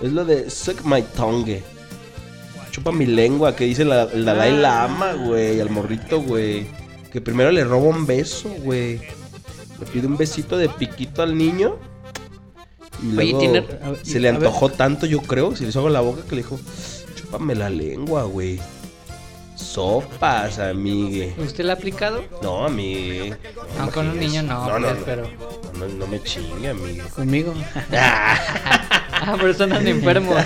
Speaker 1: es lo de suck my tongue. Chupa mi lengua, que dice la, el Dalai Lama, güey, al morrito, güey. Que primero le roba un beso, güey. Le pide un besito de piquito al niño. Y
Speaker 2: Oye,
Speaker 1: luego
Speaker 2: tiene- a ver,
Speaker 1: se le
Speaker 2: a ver.
Speaker 1: antojó tanto, yo creo, se le hizo agua en la boca que le dijo, chúpame la lengua, güey. Sopas, amigue.
Speaker 3: ¿Usted la ha aplicado?
Speaker 1: No, amigue.
Speaker 3: No,
Speaker 1: me
Speaker 3: con un
Speaker 1: chingues.
Speaker 3: niño no,
Speaker 1: No, no,
Speaker 3: pues,
Speaker 1: no.
Speaker 3: pero.
Speaker 1: No, no, no me chingue, amigue.
Speaker 2: Conmigo.
Speaker 3: Ah, por eso andan enfermos.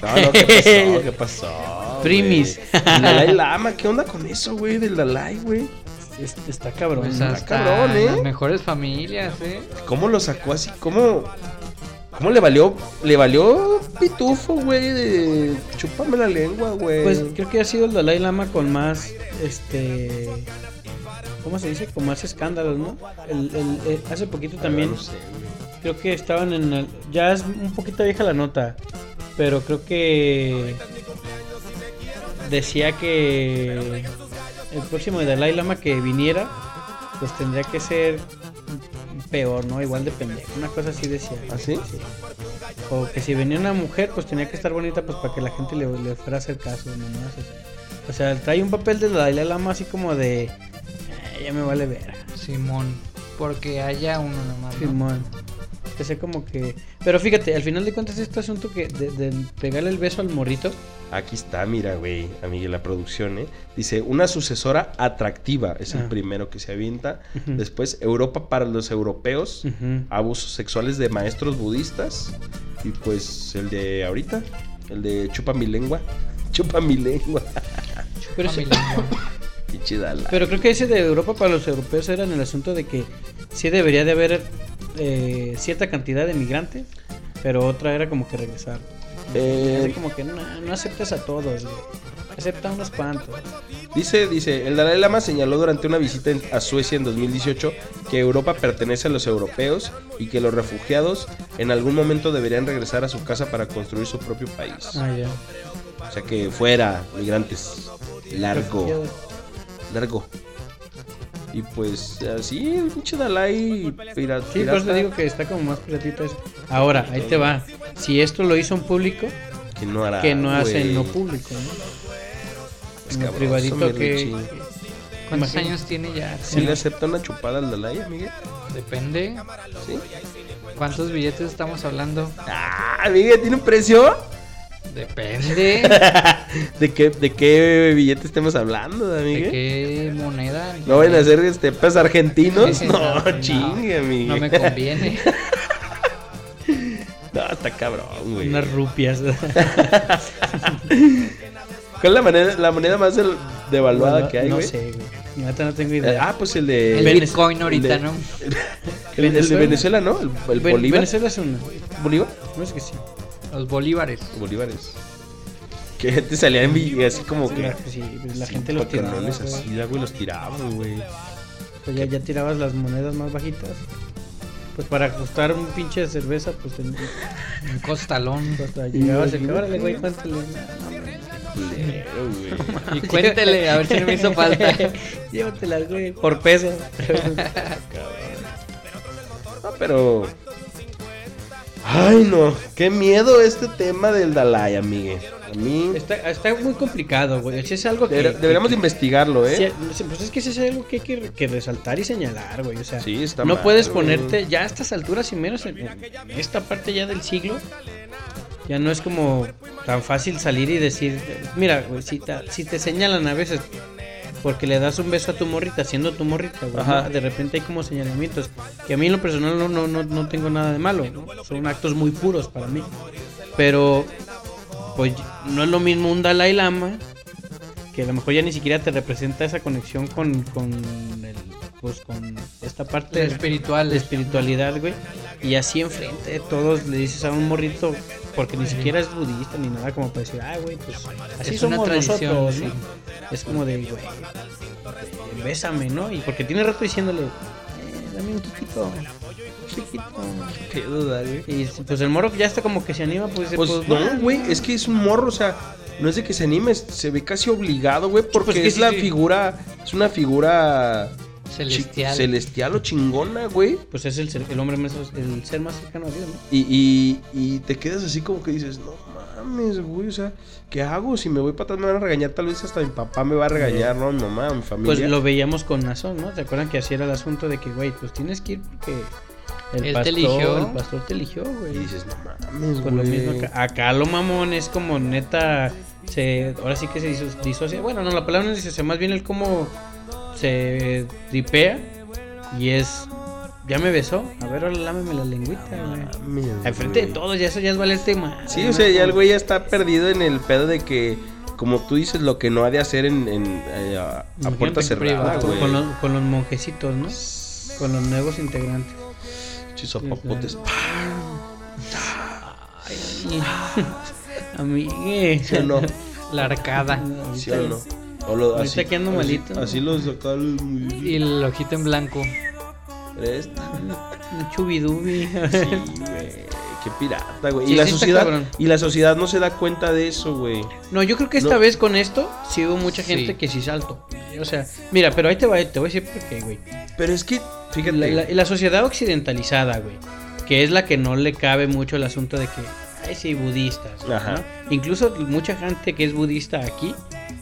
Speaker 1: No, no, ¿qué pasó? ¿Qué pasó?
Speaker 2: Primis.
Speaker 1: güey? El Dalai Lama, ¿qué onda con eso, güey? Del Dalai, güey.
Speaker 2: Es- está cabrón.
Speaker 3: Pues
Speaker 2: ¿no?
Speaker 3: hasta
Speaker 1: cabrón, ¿eh?
Speaker 3: las mejores familias, ¿eh?
Speaker 1: ¿Cómo lo sacó así? ¿Cómo, cómo le valió? Le valió pitufo, güey, de chúpame la lengua, güey.
Speaker 2: Pues creo que ha sido el Dalai Lama con más, este, ¿cómo se dice? Con más escándalos, ¿no? El- el- el- hace poquito también,
Speaker 1: Ah, No sé, güey.
Speaker 2: creo que estaban en el, ya es un poquito vieja la nota, pero creo que decía que el próximo Dalai Lama que viniera, pues tendría que ser peor, ¿no? Igual de pendejo, una cosa así decía.
Speaker 1: ¿Ah, sí?
Speaker 2: O que si venía una mujer, pues tenía que estar bonita, pues para que la gente le, le fuera a hacer caso, nomás. O sea, trae un papel de Dalai Lama así como de. "Ah, ya me vale ver.
Speaker 3: Simón. Porque haya uno nomás. ¿no?
Speaker 2: Simón. Que sea como que. Pero fíjate, al final de cuentas, este asunto que de, de pegarle el beso al morrito.
Speaker 1: Aquí está, mira, güey, amiga, la producción, ¿eh? Dice, una sucesora atractiva, es el
Speaker 2: Ah.
Speaker 1: primero que se avienta.
Speaker 2: Ujú.
Speaker 1: Después, Europa para los europeos,
Speaker 2: Ujú.
Speaker 1: abusos sexuales de maestros budistas y pues el de ahorita, el de chupa mi lengua, chupa mi lengua.
Speaker 2: Pero, ese-
Speaker 3: Familia.
Speaker 1: Y chidala.
Speaker 2: pero creo que ese de Europa para los europeos era en el asunto de que sí debería de haber eh, cierta cantidad de migrantes, pero otra era como que regresar. Así
Speaker 1: Eh,
Speaker 2: como que no, no aceptes a todos, güey. Acepta unos cuantos.
Speaker 1: dice, dice, el Dalai Lama señaló durante una visita en- a Suecia en 2018 que Europa pertenece a los europeos y que los refugiados en algún momento deberían regresar a su casa para construir su propio país.
Speaker 2: Ah, ya.
Speaker 1: O sea que fuera, migrantes. Largo. Largo. Y pues así, el pinche Dalai. pira-
Speaker 2: Sí, por eso
Speaker 1: pirata,
Speaker 2: te digo que está como más piratito eso. Ahora, ahí te va. Si esto lo hizo en público,
Speaker 1: que no hará.
Speaker 2: que no hacen
Speaker 1: güey.
Speaker 2: lo público, ¿no?
Speaker 1: Es
Speaker 2: en lo
Speaker 1: cabroso, mi
Speaker 2: privadito que...
Speaker 1: Richie.
Speaker 3: ¿Cuántos
Speaker 2: Imagino.
Speaker 3: años tiene ya?
Speaker 1: ¿Sí le acepta una chupada al Dalai, amiga?
Speaker 3: Depende.
Speaker 1: ¿Sí?
Speaker 3: ¿Cuántos billetes estamos hablando?
Speaker 1: Ah, amiga, ¿tiene un precio?
Speaker 3: Depende.
Speaker 1: ¿De qué, ¿De qué billete estemos hablando,
Speaker 3: ¿De
Speaker 1: amiga?
Speaker 3: qué moneda?
Speaker 1: ¿No vayan a hacer este pesos argentinos?
Speaker 3: Sí, sí,
Speaker 1: No,
Speaker 3: no,
Speaker 1: chingue, amiga.
Speaker 3: No me conviene.
Speaker 1: No, está cabrón, güey.
Speaker 2: Unas rupias.
Speaker 1: ¿Cuál es la moneda, la moneda más del- devaluada
Speaker 2: No-
Speaker 1: que hay,
Speaker 2: No
Speaker 1: güey?
Speaker 2: sé, güey. La neta no tengo
Speaker 1: Eh,
Speaker 2: idea.
Speaker 1: Ah, pues el de.
Speaker 3: El
Speaker 2: Vene-
Speaker 3: Bitcoin ahorita,
Speaker 1: el de-
Speaker 3: ¿no?
Speaker 1: El, el de
Speaker 2: Venezuela.
Speaker 1: Venezuela, ¿no? El, el
Speaker 2: Ah, Ven-
Speaker 1: Bolívar.
Speaker 2: Venezuela es una.
Speaker 1: ¿Bolívar?
Speaker 2: No es que sí.
Speaker 3: Los bolívares.
Speaker 1: Bolívares. Que gente salía en vi- así como que.
Speaker 2: La, sí, pues la
Speaker 1: sí,
Speaker 2: gente los tiraba.
Speaker 1: patronones
Speaker 2: güey.
Speaker 1: así, güey, los tiraban, güey.
Speaker 2: Pues ya, ya tirabas las monedas más bajitas. Pues para ajustar un pinche de cerveza, pues ten-
Speaker 3: Un costalón.
Speaker 2: hasta llegabas el
Speaker 1: Imagínate.
Speaker 2: órale, güey, cuánto le
Speaker 1: Culero, güey.
Speaker 3: Y cuéntele, a ver si no me hizo falta. Este
Speaker 2: Llévatelas, güey, por peso.
Speaker 1: No, pero. Ay, no. Qué miedo este tema del Dalai, amigue. A mí.
Speaker 2: está, está muy complicado, güey. Sí Es algo que.
Speaker 1: Deber- deberíamos de investigarlo, ¿eh?
Speaker 2: Sí, pues es que eso es algo que hay que, que resaltar y señalar, güey. O sea,
Speaker 1: Sí, está
Speaker 2: no
Speaker 1: mal,
Speaker 2: puedes
Speaker 1: güey.
Speaker 2: ponerte ya a estas alturas y menos en, en esta parte ya del siglo. Ya no es como tan fácil salir y decir, mira, güey, si te, si te señalan a veces porque le das un beso a tu morrita, siendo tu morrita, güey,
Speaker 1: Ajá.
Speaker 2: ¿no? de repente hay como señalamientos que a mí en lo personal no, no, no, no tengo nada de malo, ¿no? son actos muy puros para mí. Pero, pues no es lo mismo un Dalai Lama que a lo mejor ya ni siquiera te representa esa conexión con, con el, pues con esta parte de-
Speaker 3: espiritual.
Speaker 2: de espiritualidad, güey. Y así enfrente de todos le dices a un morrito, porque ni siquiera es budista ni nada, como para decir, ah, güey, pues así
Speaker 3: Es una
Speaker 2: somos
Speaker 3: tradición,
Speaker 2: nosotros,
Speaker 3: sí.
Speaker 2: ¿no? Es como de, güey, eh, bésame, ¿no? Y porque tiene rato diciéndole, eh, dame un poquito, un poquito.
Speaker 1: Qué duda, güey.
Speaker 2: Y pues el morro ya está como que se anima, pues, dice,
Speaker 1: Pues
Speaker 2: pues, va.
Speaker 1: no, güey, es que es un morro, o sea, no es de que se anime, es- se ve casi obligado, güey, porque
Speaker 2: pues que
Speaker 1: es
Speaker 2: sí,
Speaker 1: la
Speaker 2: sí.
Speaker 1: figura, es una figura
Speaker 3: Celestial.
Speaker 1: chi- celestial o chingona, güey.
Speaker 2: Pues es el, ser- el hombre más, el ser más cercano a Dios, ¿no?
Speaker 1: Y, y, y te quedas así como que dices, no mames, güey, o sea, ¿qué hago? Si me voy para atrás me van a regañar, tal vez hasta mi papá me va a regañar, ¿no? Mi mamá, mi familia.
Speaker 2: Pues lo veíamos con Nazón, ¿no? ¿Te acuerdan que así era el asunto de que, güey, pues tienes que ir porque el
Speaker 3: Él te
Speaker 2: pastor,
Speaker 3: eligió.
Speaker 2: el pastor te eligió,
Speaker 1: Y
Speaker 2: güey.
Speaker 1: dices, no mames,
Speaker 2: Pues lo
Speaker 1: güey.
Speaker 2: mismo acá. Acá lo mamón es como neta. Se, ahora sí que se diso- disocia. Bueno, no, la palabra no es disocia, más bien el cómo se tripea. Y es. Ya me besó. A ver, ahora lámeme la lengüita, güey.
Speaker 1: Ah, Mames,
Speaker 2: Enfrente de
Speaker 1: güey.
Speaker 2: todos, ya eso ya es valerte más.
Speaker 1: Sí, o sea, ya el güey ya está perdido en el pedo de que, como tú dices, lo que no ha de hacer en, en, eh, a, a
Speaker 2: Imagínate
Speaker 1: puerta
Speaker 2: en
Speaker 1: cerrada,
Speaker 2: privado,
Speaker 1: güey.
Speaker 2: Con, los, con los monjecitos, ¿no? Con los nuevos integrantes.
Speaker 1: Chisopapotes.
Speaker 2: Amigues.
Speaker 1: ¿Sí o no?
Speaker 3: La arcada.
Speaker 1: ¿Sí o no? O lo-
Speaker 2: Ahorita que ando
Speaker 1: así-
Speaker 2: malito.
Speaker 1: Así los acá el-
Speaker 3: Y el ojito en blanco.
Speaker 1: Tres.
Speaker 2: Un chubidubi.
Speaker 1: Sí, güey. Qué pirata, güey.
Speaker 2: Sí,
Speaker 1: y la
Speaker 2: sí está
Speaker 1: sociedad.
Speaker 2: cabrón.
Speaker 1: Y la sociedad no se da cuenta de eso, güey.
Speaker 2: No, yo creo que esta
Speaker 1: No.
Speaker 2: vez con esto sí hubo mucha gente
Speaker 3: Sí.
Speaker 2: que sí saltó. O sea, mira, pero ahí te, va, te voy a decir por qué, güey.
Speaker 1: Pero es que, fíjate.
Speaker 2: La, la- la sociedad occidentalizada, güey, que es la que no le cabe mucho el asunto de que, ay, sí, budistas.
Speaker 1: Ajá.
Speaker 2: ¿no? Incluso mucha gente que es budista aquí,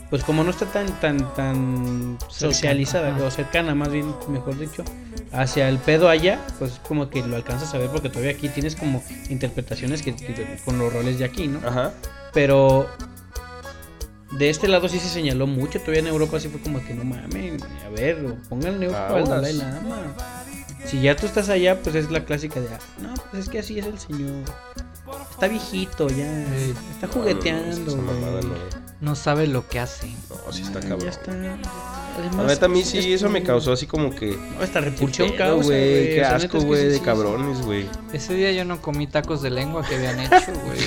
Speaker 2: pues como no está tan, tan, tan socializada,
Speaker 3: ajá.
Speaker 2: o cercana, más bien, mejor dicho, hacia el pedo allá, pues como que lo alcanzas a ver porque todavía aquí tienes como interpretaciones que, que- con los roles de aquí, ¿no?
Speaker 1: Ajá.
Speaker 2: Pero de este lado sí se señaló mucho. Todavía en Europa sí fue como que no mamen. A ver, pónganle ojo al
Speaker 1: Aguas.
Speaker 2: Dalai Lama. Si ya tú estás allá, pues es la clásica de, "Ah, no, pues es que así es el señor. Está viejito ya.
Speaker 3: Sí.
Speaker 2: Está
Speaker 1: Ah, No,
Speaker 2: jugueteando.
Speaker 1: esa mamada
Speaker 2: güey.
Speaker 1: no.
Speaker 3: No sabe lo que hace.
Speaker 1: No, sí está
Speaker 2: Ah,
Speaker 1: cabrón.
Speaker 2: Ya está.
Speaker 1: La
Speaker 2: Además,
Speaker 1: neta, a mí sí,
Speaker 2: es-
Speaker 1: eso me causó así como que.
Speaker 2: No, esta repulsión
Speaker 1: pedo,
Speaker 2: causa,
Speaker 1: güey. Qué
Speaker 2: O sea, neta
Speaker 1: asco,
Speaker 2: es que
Speaker 1: güey,
Speaker 2: sí,
Speaker 1: de
Speaker 2: sí,
Speaker 1: cabrones, güey.
Speaker 3: Ese día yo no comí tacos de lengua que habían hecho, güey.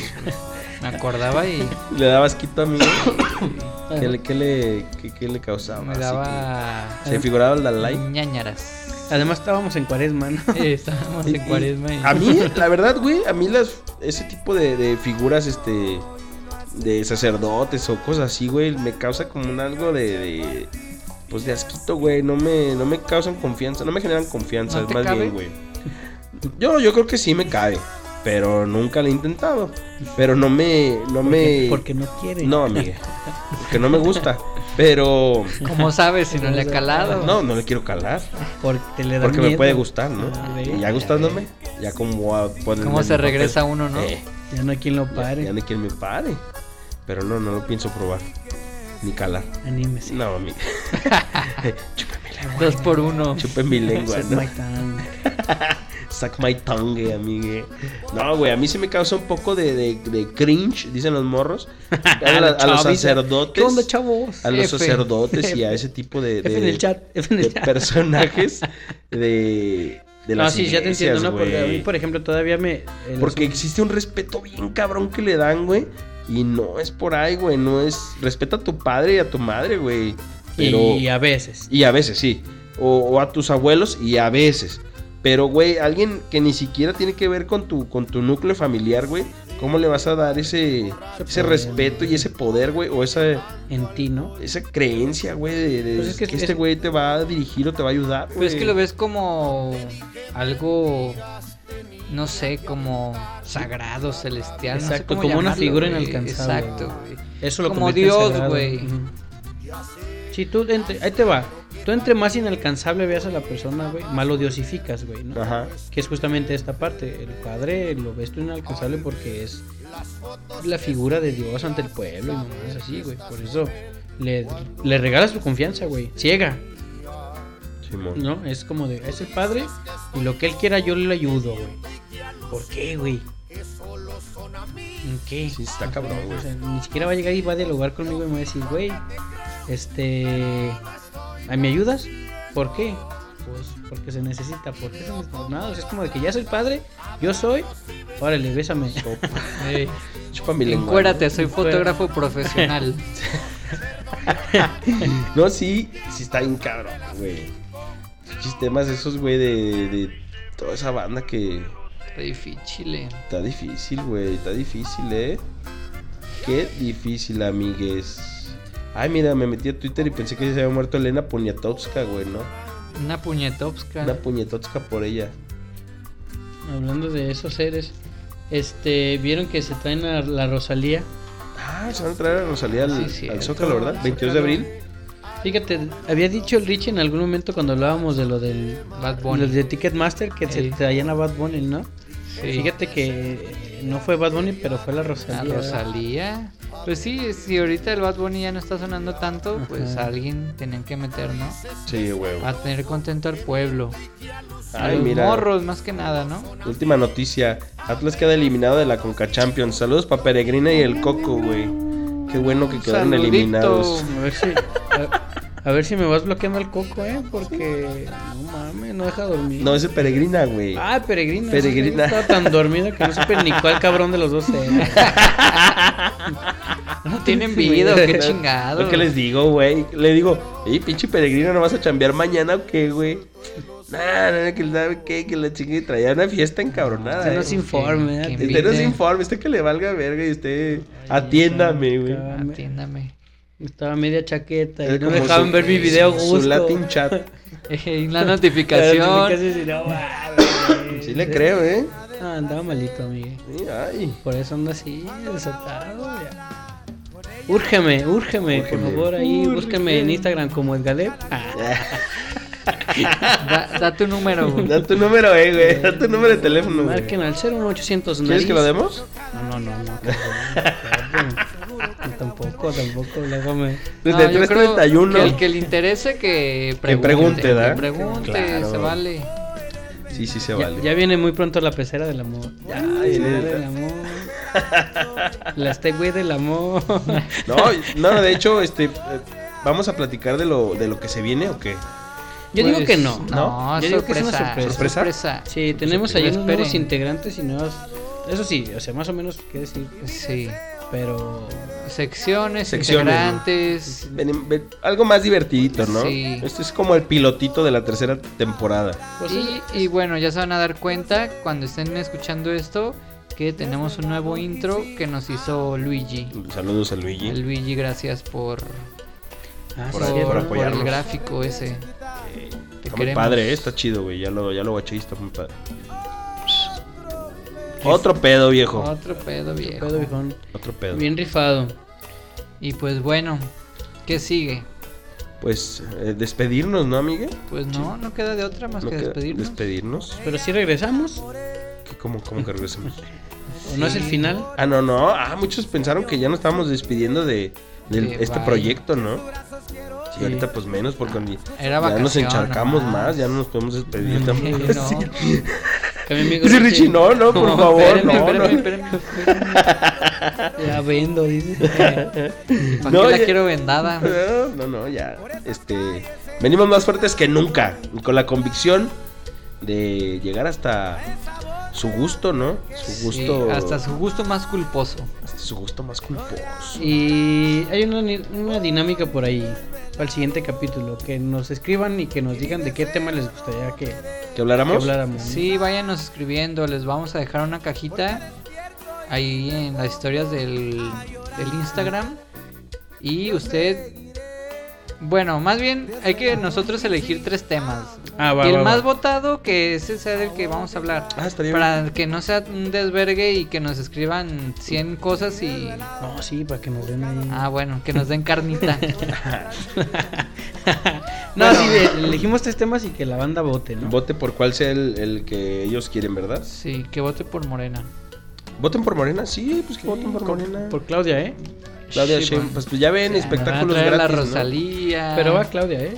Speaker 3: Me acordaba y
Speaker 1: Le dabas quito a mí.
Speaker 2: sí.
Speaker 1: ¿Qué le, qué le, qué- qué le causaba?
Speaker 3: me
Speaker 1: Así
Speaker 3: daba
Speaker 1: que- ¿Se figuraba el Dalai?
Speaker 3: ñañaras.
Speaker 2: Además estábamos en cuaresma, ¿no?
Speaker 3: Eh, Estábamos
Speaker 1: Y- y
Speaker 3: en cuaresma y...
Speaker 1: A mí, la verdad, güey, a mí las, ese tipo de, de figuras, este, de sacerdotes o cosas así, güey, me causa como un algo de, de, pues de asquito, güey, no me, no me causan confianza, no me generan confianza,
Speaker 3: ¿No te
Speaker 1: más
Speaker 3: cabe?
Speaker 1: bien, güey. Yo, yo creo que sí me cabe, pero nunca lo he intentado, pero no me, no
Speaker 2: Porque,
Speaker 1: me,
Speaker 2: porque no quiere.
Speaker 1: no, amiga, porque no me gusta, pero,
Speaker 3: Como sabes, si no le ha calado.
Speaker 1: no, no le quiero calar.
Speaker 2: Porque te le da
Speaker 1: Porque me
Speaker 2: miedo.
Speaker 1: puede gustar, ¿no?
Speaker 2: Ah, ve,
Speaker 1: Y ya
Speaker 2: ya
Speaker 1: gustándome, ya como a ponerme
Speaker 3: ¿Cómo
Speaker 1: en
Speaker 3: se
Speaker 1: mi papel.
Speaker 3: regresa uno, no?
Speaker 1: Eh,
Speaker 2: Ya no hay quien lo
Speaker 1: ya-
Speaker 2: pare.
Speaker 1: Ya, no hay quien me pare. Pero no, no lo pienso probar. Ni calar.
Speaker 2: Anímese.
Speaker 1: No, a mí. chúpeme, la-
Speaker 3: Dos por uno.
Speaker 1: chúpeme mi lengua,
Speaker 2: Set
Speaker 1: ¿no?
Speaker 2: my tongue.
Speaker 1: Suck my tongue, amigue. No, güey, a mí sí me causa un poco de, de- de cringe, dicen los morros. A, la- a los
Speaker 2: Chavis.
Speaker 1: sacerdotes.
Speaker 2: ¿Qué onda, chavos?
Speaker 1: A los
Speaker 3: F.
Speaker 1: sacerdotes y a ese tipo de,
Speaker 2: F en
Speaker 1: de-
Speaker 2: el chat. F en
Speaker 1: de
Speaker 2: el chat.
Speaker 1: personajes de, de
Speaker 2: No,
Speaker 1: las
Speaker 2: sí, ya te entiendo,
Speaker 1: iglesias,
Speaker 2: ¿no? Porque a
Speaker 1: güey.
Speaker 2: mí, por ejemplo, todavía me. eh, el
Speaker 1: Porque
Speaker 2: asunto-
Speaker 1: existe un respeto bien cabrón que le dan, güey. Y no es por ahí, güey. No es. Respeta a tu padre y a tu madre, güey. Pero.
Speaker 2: Y a veces.
Speaker 1: Y a veces, sí. O, o a tus abuelos y a veces. Pero, güey, alguien que ni siquiera tiene que ver con tu, con tu núcleo familiar, güey. ¿Cómo le vas a dar ese, ese
Speaker 2: poder.
Speaker 1: respeto y ese poder, güey? O esa,
Speaker 2: En ti, ¿no?
Speaker 1: esa creencia, güey, de, de
Speaker 2: Pues es
Speaker 1: que,
Speaker 2: que
Speaker 1: este
Speaker 2: es-
Speaker 1: güey te va a dirigir o te va a ayudar,
Speaker 3: Pero es
Speaker 1: güey.
Speaker 3: que lo ves como algo, no sé, como sagrado, celestial. no sé
Speaker 2: Exacto,
Speaker 3: cómo
Speaker 2: como una
Speaker 3: llamarlo,
Speaker 2: figura
Speaker 3: güey.
Speaker 2: inalcanzable.
Speaker 3: Exacto, güey.
Speaker 2: Eso lo
Speaker 3: Como
Speaker 2: convierte en
Speaker 3: Dios,
Speaker 2: sagrado.
Speaker 3: güey.
Speaker 2: Ujú. Si tú entre, ahí te va. Tú entre más inalcanzable veas a la persona, güey, más lo diosificas, güey, ¿no?
Speaker 1: Ajá.
Speaker 2: Que es justamente esta parte. El padre lo ves tú inalcanzable porque es la figura de Dios ante el pueblo y mamás así, güey. Por eso le, le regalas tu confianza, güey. Ciega,
Speaker 1: Simón.
Speaker 2: ¿no? Es como de, es el padre y lo que él quiera yo le ayudo, güey. ¿Por qué, güey? ¿En qué?
Speaker 1: Sí, está cabrón, güey.
Speaker 2: O sea, ni siquiera va a llegar y va a dialogar conmigo y me va a decir, güey, este, ¿ah, ¿me ayudas? ¿Por qué? Pues porque se necesita, porque se necesita. Pues Nada, o sea, es como de que ya soy padre, yo soy, órale, bésame. Eh,
Speaker 3: Ey,
Speaker 1: Chupa mi lengua.
Speaker 3: Encuérate, soy
Speaker 2: Encuera.
Speaker 3: fotógrafo profesional.
Speaker 1: No, sí, sí está bien cabrón, güey. Pinches temas esos, güey, de, de toda esa banda que
Speaker 3: Está difícil. eh.
Speaker 1: está difícil, güey. Está difícil, ¿eh? Qué difícil, amigues. Ay, mira, me metí a Twitter y pensé que se había muerto Elena Poniatowska, güey, ¿no?
Speaker 3: Una puñetopska.
Speaker 1: Una Poniatowska por ella.
Speaker 2: Hablando de esos seres, este, vieron que se traen a la Rosalía.
Speaker 1: Ah, se van a traer a Rosalía al,
Speaker 3: Sí, sí,
Speaker 1: al
Speaker 3: el
Speaker 1: Zócalo,
Speaker 3: todo,
Speaker 1: ¿verdad?
Speaker 3: al
Speaker 1: 22 de
Speaker 3: Zócalo.
Speaker 1: abril.
Speaker 2: Fíjate, había dicho el Richie en algún momento cuando hablábamos de lo del
Speaker 3: Bad Bunny.
Speaker 2: lo de Ticketmaster que se
Speaker 3: Ey.
Speaker 2: traían a Bad Bunny, ¿no?
Speaker 3: Sí.
Speaker 2: Fíjate que eh, no fue Bad Bunny, pero fue la Rosalía.
Speaker 3: La Rosalía. Pues sí, si ahorita el Bad Bunny ya no está sonando tanto, pues
Speaker 2: Ajá.
Speaker 3: a alguien tenían que meter, ¿no?
Speaker 1: Sí, güey.
Speaker 3: A tener contento al pueblo. a
Speaker 1: Ay,
Speaker 3: Ah, los
Speaker 1: mira.
Speaker 3: morros, más que nada, ¿no?
Speaker 1: Última noticia. Atlas queda eliminado de la Conca Champions. Saludos para Peregrina y el Coco, güey. Qué bueno que quedaron
Speaker 3: Saludito.
Speaker 1: eliminados.
Speaker 2: A ver si a, a ver si me vas bloqueando el coco, eh, porque no mames, no deja dormir.
Speaker 1: No, ese Peregrina, güey.
Speaker 2: Ah, peregrina.
Speaker 1: Peregrina.
Speaker 2: Peregrina. Estaba tan dormido que no supe ni cuál cabrón de los dos era.
Speaker 3: No tienen vida, qué
Speaker 1: No,
Speaker 3: chingado.
Speaker 1: ¿Qué les digo, güey? Le digo, ey, pinche Peregrina, ¿no vas a chambear mañana o qué, güey? Nah, no, que, la- que, que la chingue traía una fiesta encabronada.
Speaker 2: Usted
Speaker 1: eh.
Speaker 2: no se informe.
Speaker 3: Qué-
Speaker 2: eh.
Speaker 1: Usted
Speaker 3: qué
Speaker 1: no se
Speaker 3: envidia.
Speaker 1: informe, usted que le valga verga y usted atiéndame, güey.
Speaker 3: Atiéndame.
Speaker 2: Estaba media chaqueta y
Speaker 1: Era
Speaker 2: no
Speaker 1: como
Speaker 2: me dejaban
Speaker 1: su-
Speaker 2: ver mi video a gusto.
Speaker 1: Su Latin chat.
Speaker 3: Ey, la
Speaker 2: Casi,
Speaker 3: notificación.
Speaker 2: casi, no, mames.
Speaker 1: Sí le creo, ¿eh?
Speaker 2: Ah, andaba malito, amigo.
Speaker 1: Sí, Ay.
Speaker 2: Por eso anda así, desatado. Ya. Úrgeme, úrgeme, por
Speaker 1: Úrgeme.
Speaker 2: favor, ahí búsqueme en Instagram como Ah, Edgalep.
Speaker 3: Da, da tu número. güey.
Speaker 1: Da tu número, eh, güey. Da tu número de teléfono, güey.
Speaker 2: Marquen al 01800
Speaker 1: ¿Quieres que lo demos?
Speaker 2: No, no, no, no. cabrón, no, tampoco, tampoco, luego me...
Speaker 1: Desde
Speaker 3: No, yo creo
Speaker 1: 331.
Speaker 3: Que el que le interese que pregunte.
Speaker 1: pregunte, ¿da?
Speaker 3: que pregunte,
Speaker 1: Claro.
Speaker 3: se vale.
Speaker 1: Sí, sí se
Speaker 2: Ya,
Speaker 1: vale.
Speaker 2: ya viene muy pronto la pecera del amor.
Speaker 1: Ya,
Speaker 2: La
Speaker 1: viene-
Speaker 2: pecera del amor. Las te güey del amor.
Speaker 1: No, no, de hecho, este. eh, Vamos a platicar de lo, de lo que se viene o qué.
Speaker 2: Yo digo
Speaker 3: Pues,
Speaker 2: que no.
Speaker 3: No,
Speaker 2: Yo digo que es una
Speaker 3: sorpresa.
Speaker 2: sorpresa.
Speaker 3: sorpresa.
Speaker 2: Sí, tenemos
Speaker 3: que
Speaker 2: ahí
Speaker 3: lo
Speaker 2: unos nuevos
Speaker 3: esperen.
Speaker 2: integrantes y nuevas... Eso sí, o sea, más o menos, ¿qué decir?
Speaker 3: Sí.
Speaker 2: Pero
Speaker 3: Secciones,
Speaker 1: Secciones, ¿no?
Speaker 3: integrantes.
Speaker 1: Ven- ven- algo más divertidito, ¿no?
Speaker 3: Sí.
Speaker 1: Esto es como el pilotito de la tercera temporada.
Speaker 2: pues,
Speaker 3: Y, y bueno, ya se van a dar cuenta cuando estén escuchando esto que tenemos un nuevo intro que nos hizo Luigi.
Speaker 1: Saludos a Luigi.
Speaker 3: Luigi, gracias por,
Speaker 2: ah,
Speaker 1: por
Speaker 2: sí,
Speaker 1: ahí,
Speaker 2: cierto.
Speaker 1: por
Speaker 3: por, por
Speaker 1: apoyarnos.
Speaker 3: el gráfico ese. Te
Speaker 1: Está muy
Speaker 3: queremos.
Speaker 1: padre, eh, está chido, güey. Ya lo, ya lo guaché y está muy padre. Otro pedo, viejo.
Speaker 3: Otro pedo viejo.
Speaker 2: Pedo, viejón.
Speaker 1: Otro pedo.
Speaker 2: Bien rifado.
Speaker 3: Y pues bueno, ¿qué sigue?
Speaker 1: Pues eh, despedirnos, ¿no, amigue?
Speaker 3: Pues no, no queda de otra más
Speaker 1: No
Speaker 3: que
Speaker 1: queda-
Speaker 3: despedirnos.
Speaker 1: despedirnos.
Speaker 2: Pero si regresamos,
Speaker 1: ¿Qué- ¿Cómo, cómo que regresamos?
Speaker 2: ¿o no es el
Speaker 3: Sí.
Speaker 2: final?
Speaker 1: ah, no, no. Ah, muchos pensaron que ya nos estábamos despidiendo de, de
Speaker 3: De
Speaker 1: este
Speaker 3: bye. Ah,
Speaker 1: proyecto, ¿no?
Speaker 2: Sí.
Speaker 1: Y ahorita pues menos porque ni-
Speaker 3: Era
Speaker 1: ya
Speaker 3: vacación.
Speaker 1: nos encharcamos
Speaker 3: nomás.
Speaker 1: más, ya no nos podemos despedir tampoco.
Speaker 3: Sí, Eh, no.
Speaker 2: Que mi amigo
Speaker 1: Dice
Speaker 2: Richie-
Speaker 1: Richie, no, no, por
Speaker 3: No,
Speaker 1: favor,
Speaker 3: espérame,
Speaker 1: no, no.
Speaker 3: espérame, espérame, espérame. Ya vendo, dice. ¿Para
Speaker 1: No,
Speaker 3: qué la
Speaker 1: ya-
Speaker 3: quiero vendada?
Speaker 1: No, no, no, ya. Este, venimos más fuertes que nunca. y Con la convicción de llegar hasta su gusto, ¿no? Su gusto.
Speaker 3: Sí, hasta su gusto más culposo.
Speaker 1: hasta su gusto más culposo.
Speaker 2: Y hay una, ni- una dinámica por ahí para el siguiente capítulo. Que nos escriban y que nos digan de qué tema les gustaría que, que
Speaker 1: ¿Que habláramos?
Speaker 2: habláramos. ¿no?
Speaker 3: Sí, váyanos escribiendo. Les vamos a dejar una cajita ahí en las historias del, del Instagram. Y usted. Bueno, más bien hay que nosotros elegir tres temas.
Speaker 2: Ah, va,
Speaker 3: y el
Speaker 2: va,
Speaker 3: más
Speaker 2: va.
Speaker 3: votado, que ese sea del que vamos a hablar.
Speaker 1: Ah, estaría bien.
Speaker 3: Para que no sea un desvergue y que nos escriban 100 cosas y...
Speaker 2: No, sí, para que nos den ahí.
Speaker 3: Ah, bueno, que nos den carnita.
Speaker 2: no,
Speaker 3: bueno.
Speaker 2: sí, de- elegimos tres temas y que la banda vote, ¿no?
Speaker 1: Vote por cuál sea el, el que ellos quieren, ¿verdad?
Speaker 3: Sí, que vote por Morena.
Speaker 1: ¿Voten por Morena? Sí, pues que voten por Morena.
Speaker 2: Por Claudia, ¿eh?
Speaker 1: Claudia
Speaker 3: Sí,
Speaker 1: Sheinbaum.
Speaker 3: bueno.
Speaker 1: Pues, pues ya ven,
Speaker 3: Ah,
Speaker 1: espectáculos
Speaker 3: van a traer
Speaker 1: gratis.
Speaker 3: a la
Speaker 1: ¿no?
Speaker 3: Rosalía.
Speaker 1: Ah.
Speaker 2: Pero va Claudia, ¿eh?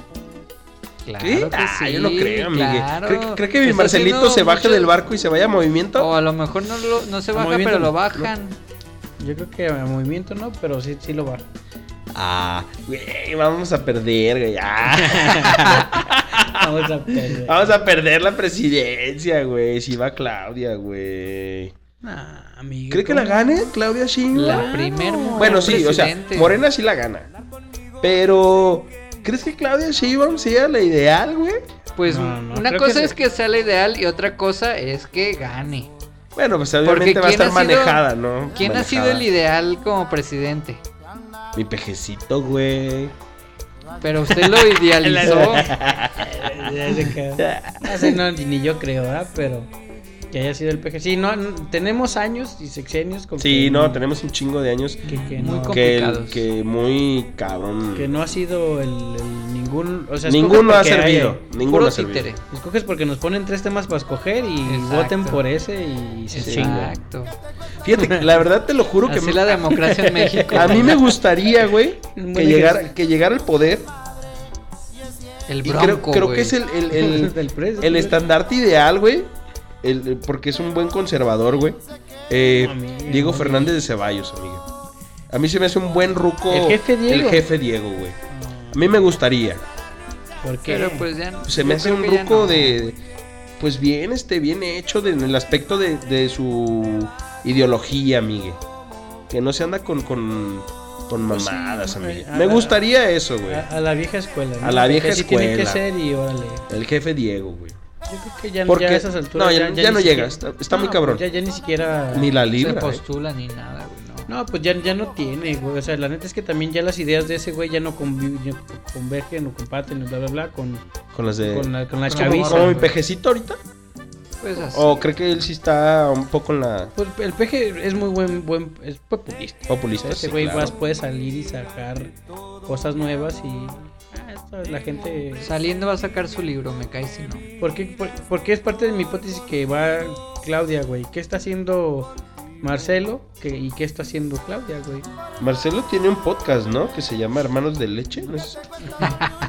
Speaker 3: Claro
Speaker 1: ¿Qué?
Speaker 3: que
Speaker 1: Ah,
Speaker 3: sí,
Speaker 1: yo no creo, amigue.
Speaker 3: claro. Pues
Speaker 1: ¿Cree, cree que mi
Speaker 3: Está
Speaker 1: Marcelito
Speaker 3: haciendo
Speaker 1: se baje
Speaker 3: mucho-
Speaker 1: del barco y se vaya a movimiento?
Speaker 3: O a lo mejor no, lo- no se
Speaker 2: A
Speaker 3: baja,
Speaker 2: movimiento
Speaker 3: pero lo
Speaker 2: no.
Speaker 3: bajan.
Speaker 2: Yo creo que a movimiento no, pero sí, sí lo va.
Speaker 1: Ah, güey, vamos a perder, güey. Ah,
Speaker 2: Vamos a perder.
Speaker 1: vamos a perder la presidencia, güey. Si va Claudia, güey.
Speaker 2: Nah, amigo,
Speaker 1: ¿Cree que la
Speaker 2: ¿cómo?
Speaker 1: gane Claudia Sheinbaum?
Speaker 3: La primer mujer
Speaker 1: Bueno, sí, o sea,
Speaker 3: presidente.
Speaker 1: Morena sí la gana. Pero ¿crees que Claudia Sheinbaum sea la ideal, güey?
Speaker 3: Pues
Speaker 2: No, no,
Speaker 3: una
Speaker 2: creo
Speaker 3: cosa
Speaker 2: que-
Speaker 3: es que sea la ideal y otra cosa es que gane.
Speaker 1: Bueno, pues
Speaker 3: Porque
Speaker 1: obviamente va a
Speaker 3: ¿quién
Speaker 1: estar
Speaker 3: ha sido-
Speaker 1: manejada, ¿no?
Speaker 3: ¿Quién ha sido
Speaker 1: Manejada.
Speaker 3: el ideal como presidente?
Speaker 1: Mi pejecito, güey.
Speaker 3: Pero usted lo idealizó.
Speaker 2: Eh, Ya se quedó. No sé, no, ni- ni yo creo, ¿verdad? Pero que haya sido el PG. Sí, no, n- tenemos años y sexenios con
Speaker 1: Sí,
Speaker 2: que-
Speaker 1: no, tenemos un chingo de años
Speaker 2: que, que
Speaker 3: Muy
Speaker 2: no,
Speaker 3: com-
Speaker 1: que, el-
Speaker 3: Complicados.
Speaker 1: que muy cabrón.
Speaker 2: que no ha sido el, el ningún, o sea, escoges
Speaker 1: Ninguno ha
Speaker 2: porque hay-
Speaker 1: servido. Ninguno
Speaker 3: Puro
Speaker 1: ha servido.
Speaker 3: títere.
Speaker 2: escoges porque nos ponen tres temas para escoger y
Speaker 3: Exacto.
Speaker 2: voten por ese y se
Speaker 1: Sí.
Speaker 2: chingan.
Speaker 3: Exacto.
Speaker 1: Fíjate, que la verdad te lo juro que
Speaker 3: Así la democracia en México.
Speaker 1: a mí me gustaría, güey,
Speaker 2: Un buen
Speaker 1: que llegara,
Speaker 2: ejercicio.
Speaker 1: que llegara al poder.
Speaker 3: El
Speaker 1: Y creo,
Speaker 3: bronco,
Speaker 1: creo
Speaker 3: güey.
Speaker 1: que es el, el, el-
Speaker 2: Del preso,
Speaker 1: el
Speaker 2: güey.
Speaker 1: estandarte ideal, güey. El- el- porque es un buen conservador, güey. Eh,
Speaker 2: No, amigo,
Speaker 1: Diego
Speaker 2: no,
Speaker 1: Fernández de Ceballos, amigo. A mí se me hace un buen ruco.
Speaker 2: ¿El jefe Diego?
Speaker 1: El jefe Diego, güey. A mí me gustaría.
Speaker 2: ¿Por qué?
Speaker 3: Pero pues ya no-
Speaker 1: Se me
Speaker 3: yo
Speaker 1: hace
Speaker 3: creo
Speaker 1: un
Speaker 3: que ya
Speaker 1: ruco
Speaker 3: no.
Speaker 1: de. Pues bien, este, bien hecho de- en el aspecto de, de su ideología, amigue. Que no se anda con, con, con
Speaker 2: Pues sí,
Speaker 1: mamadas,
Speaker 2: güey,
Speaker 1: amigue.
Speaker 2: a
Speaker 1: Me
Speaker 2: la-
Speaker 1: gustaría eso, güey.
Speaker 2: a, a la vieja escuela. ¿no?
Speaker 1: A la vieja
Speaker 2: Que sí tiene que
Speaker 1: escuela.
Speaker 2: ser y órale.
Speaker 1: El jefe Diego, güey.
Speaker 2: Yo creo que ya,
Speaker 1: Porque-
Speaker 2: ya a esas alturas.
Speaker 1: no, ya- ya no
Speaker 2: ni
Speaker 1: llega,
Speaker 2: siquiera-
Speaker 1: está- está muy cabrón.
Speaker 2: Ya, ya ni siquiera.
Speaker 1: Ni la
Speaker 3: se
Speaker 1: libra.
Speaker 2: pues,
Speaker 1: eh.
Speaker 3: postula ni nada, güey. No.
Speaker 2: No, pues ya, ya no tiene, güey. O sea, la neta es que también ya las ideas de ese güey ya no convi- ya convergen o comparten, bla, bla, bla, con,
Speaker 1: Con las de.
Speaker 2: con la, con la
Speaker 3: Con la
Speaker 2: chaviza.
Speaker 1: ¿Como mi
Speaker 3: morra.
Speaker 2: güey.
Speaker 1: pejecito ahorita?
Speaker 3: Pues así.
Speaker 1: ¿O cree que él sí está un poco en la
Speaker 2: Pues el peje es muy buen, buen es populista. O sea,
Speaker 1: populista? Sí,
Speaker 2: ese güey
Speaker 1: claro.
Speaker 2: más puede salir y sacar cosas nuevas y... Ah, esto, la gente...
Speaker 3: Saliendo va a sacar su libro, me cae si no.
Speaker 2: ¿Por qué, por- porque es parte de mi hipótesis que va Claudia, güey. ¿Qué está haciendo Marcelo ¿Qué- y qué está haciendo Claudia, güey?
Speaker 1: Marcelo tiene un podcast, ¿no? Que se llama Hermanos de Leche. ¿No es,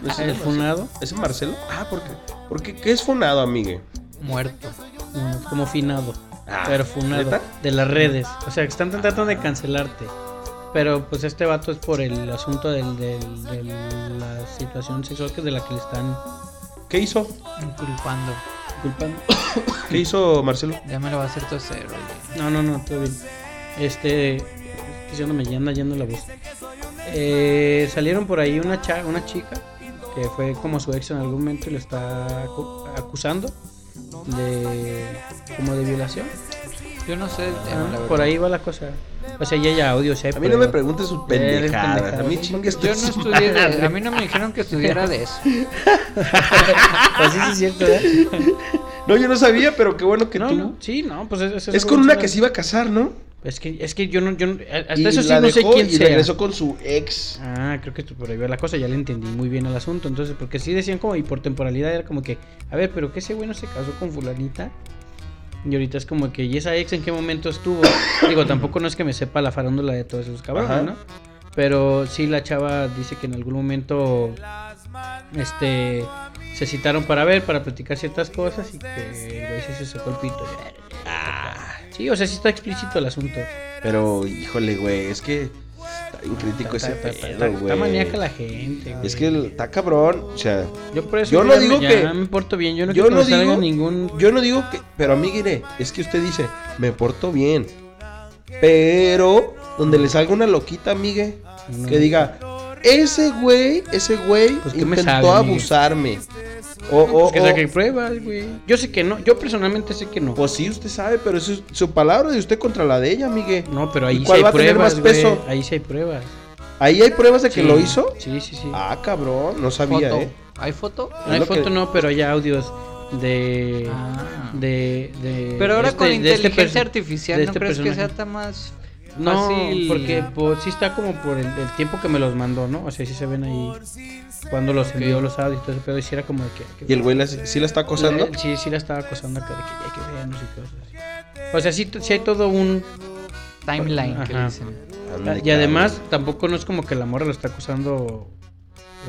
Speaker 1: no es-
Speaker 2: Ah, El funado,
Speaker 1: ¿Ese Marcelo? Ah, ¿por qué? ¿Por qué? ¿Qué es funado, amigue?
Speaker 3: Muerto.
Speaker 2: mm, como finado.
Speaker 1: Ah,
Speaker 2: pero funado
Speaker 1: ¿neta?
Speaker 2: de las redes. O sea, que están tratando de cancelarte. Pero pues este vato es por el asunto del, del- del- la situación sexual que es de la que le están
Speaker 1: ¿Qué hizo?
Speaker 3: Inculpando.
Speaker 2: culpando.
Speaker 1: ¿Qué hizo Marcelo?
Speaker 3: Ya me lo va a hacer toser, oye.
Speaker 2: No, no, no, todo bien. Este que ya no me anda yendo la voz. Eh, salieron por ahí una, cha- una chica que fue como su ex en algún momento y le está acu- acusando de como de violación.
Speaker 3: Yo no sé el tema, la
Speaker 2: Ah,
Speaker 3: verdad.
Speaker 2: por ahí va la cosa. O sea, ya ya audio, si hay
Speaker 1: A mí no me
Speaker 2: pruebas.
Speaker 1: preguntes sus
Speaker 2: Eres
Speaker 1: pendejadas. A mí
Speaker 2: pendejada.
Speaker 1: chingues
Speaker 3: Yo no
Speaker 1: tu
Speaker 3: estudié de-
Speaker 1: madre.
Speaker 3: A mí no me dijeron que estudiara de eso.
Speaker 2: Pues sí, sí es cierto, ¿eh?
Speaker 1: No, yo no sabía, pero qué bueno que
Speaker 2: no,
Speaker 1: tú.
Speaker 2: no, sí, no, pues es,
Speaker 1: Es con una que se iba a casar, ¿no?
Speaker 2: Es que, es que yo no, yo no- hasta
Speaker 1: Y
Speaker 2: eso sí
Speaker 1: la
Speaker 2: no sé
Speaker 1: dejó
Speaker 2: quién
Speaker 1: y
Speaker 2: sea.
Speaker 1: regresó con su ex.
Speaker 2: Ah, creo que esto por ahí va la cosa, ya le entendí muy bien al asunto. Entonces, porque sí decían como, y por temporalidad era como que, a ver, pero que ese güey no se casó con fulanita. Y ahorita es como que, ¿y esa ex en qué momento estuvo? Digo, tampoco no es que me sepa la farándula de todos esos
Speaker 1: Ajá.
Speaker 2: cabrones, ¿no? Pero sí la chava dice que en algún momento, este, se citaron para ver, para platicar ciertas cosas y que el güey sí se sacó el pito.
Speaker 1: Ah.
Speaker 2: Sí, o sea, sí está explícito el asunto.
Speaker 1: Pero, híjole, güey, es que está bien crítico ese
Speaker 2: Está- está-
Speaker 1: pedo,
Speaker 2: está- está
Speaker 1: güey.
Speaker 2: maníaca la gente, güey.
Speaker 1: Es que el- está cabrón, o sea,
Speaker 2: Yo por eso
Speaker 1: Yo
Speaker 2: ya
Speaker 1: no
Speaker 2: me-
Speaker 1: digo
Speaker 2: ya
Speaker 1: que-
Speaker 2: me porto bien, yo no
Speaker 1: yo
Speaker 2: quiero
Speaker 1: no
Speaker 2: que me salga
Speaker 1: digo-
Speaker 2: ningún
Speaker 1: yo no digo que, pero amiguire, es que usted dice, me porto bien, pero donde le salga una loquita, amigue,
Speaker 2: No.
Speaker 1: que diga, ese güey, ese güey
Speaker 2: Pues, ¿qué me
Speaker 1: intentó
Speaker 2: sabe, amigue?
Speaker 1: abusarme, o,
Speaker 2: Pues
Speaker 1: o,
Speaker 2: que
Speaker 1: o-
Speaker 2: saque pruebas, güey. Yo sé que no, yo personalmente sé que no.
Speaker 1: pues sí, usted sabe, pero eso es su palabra de usted contra la de ella, amigue,
Speaker 2: No, pero
Speaker 1: ¿Y
Speaker 2: ahí sí
Speaker 1: cuál
Speaker 2: hay
Speaker 1: va a tener
Speaker 2: pruebas,
Speaker 1: más
Speaker 2: güey.
Speaker 1: peso?
Speaker 2: Ahí sí hay pruebas.
Speaker 1: ahí hay pruebas de que
Speaker 2: Sí.
Speaker 1: lo hizo,
Speaker 2: Sí, sí, sí.
Speaker 1: ah, cabrón, no sabía,
Speaker 3: Foto.
Speaker 1: eh,
Speaker 3: ¿Hay foto?
Speaker 2: no hay
Speaker 1: lo que-
Speaker 2: foto, no, pero hay audios de
Speaker 3: Ah.
Speaker 2: de, de
Speaker 3: Pero ahora
Speaker 2: de
Speaker 3: con
Speaker 2: este- de este
Speaker 3: inteligencia
Speaker 2: perso-
Speaker 3: artificial,
Speaker 2: de
Speaker 3: ¿no
Speaker 2: este
Speaker 3: crees que sea
Speaker 2: personaje.
Speaker 3: tan más
Speaker 2: No,
Speaker 3: fácil?
Speaker 2: porque pues, sí está como por el, el tiempo que me los mandó, ¿no? O sea, sí se ven ahí cuando los envió los audios, y todo ese pedo, y sí era como de que- que
Speaker 1: y el güey la- sí la está acosando,
Speaker 2: La- Sí, sí la estaba acosando acá de que ya hay que vernos y cosas así. O sea, sí, t- sí hay todo un...
Speaker 3: Timeline que le
Speaker 2: Ajá.
Speaker 3: dicen.
Speaker 1: Ande,
Speaker 2: Y además, tampoco no es como que la morra lo está acusando...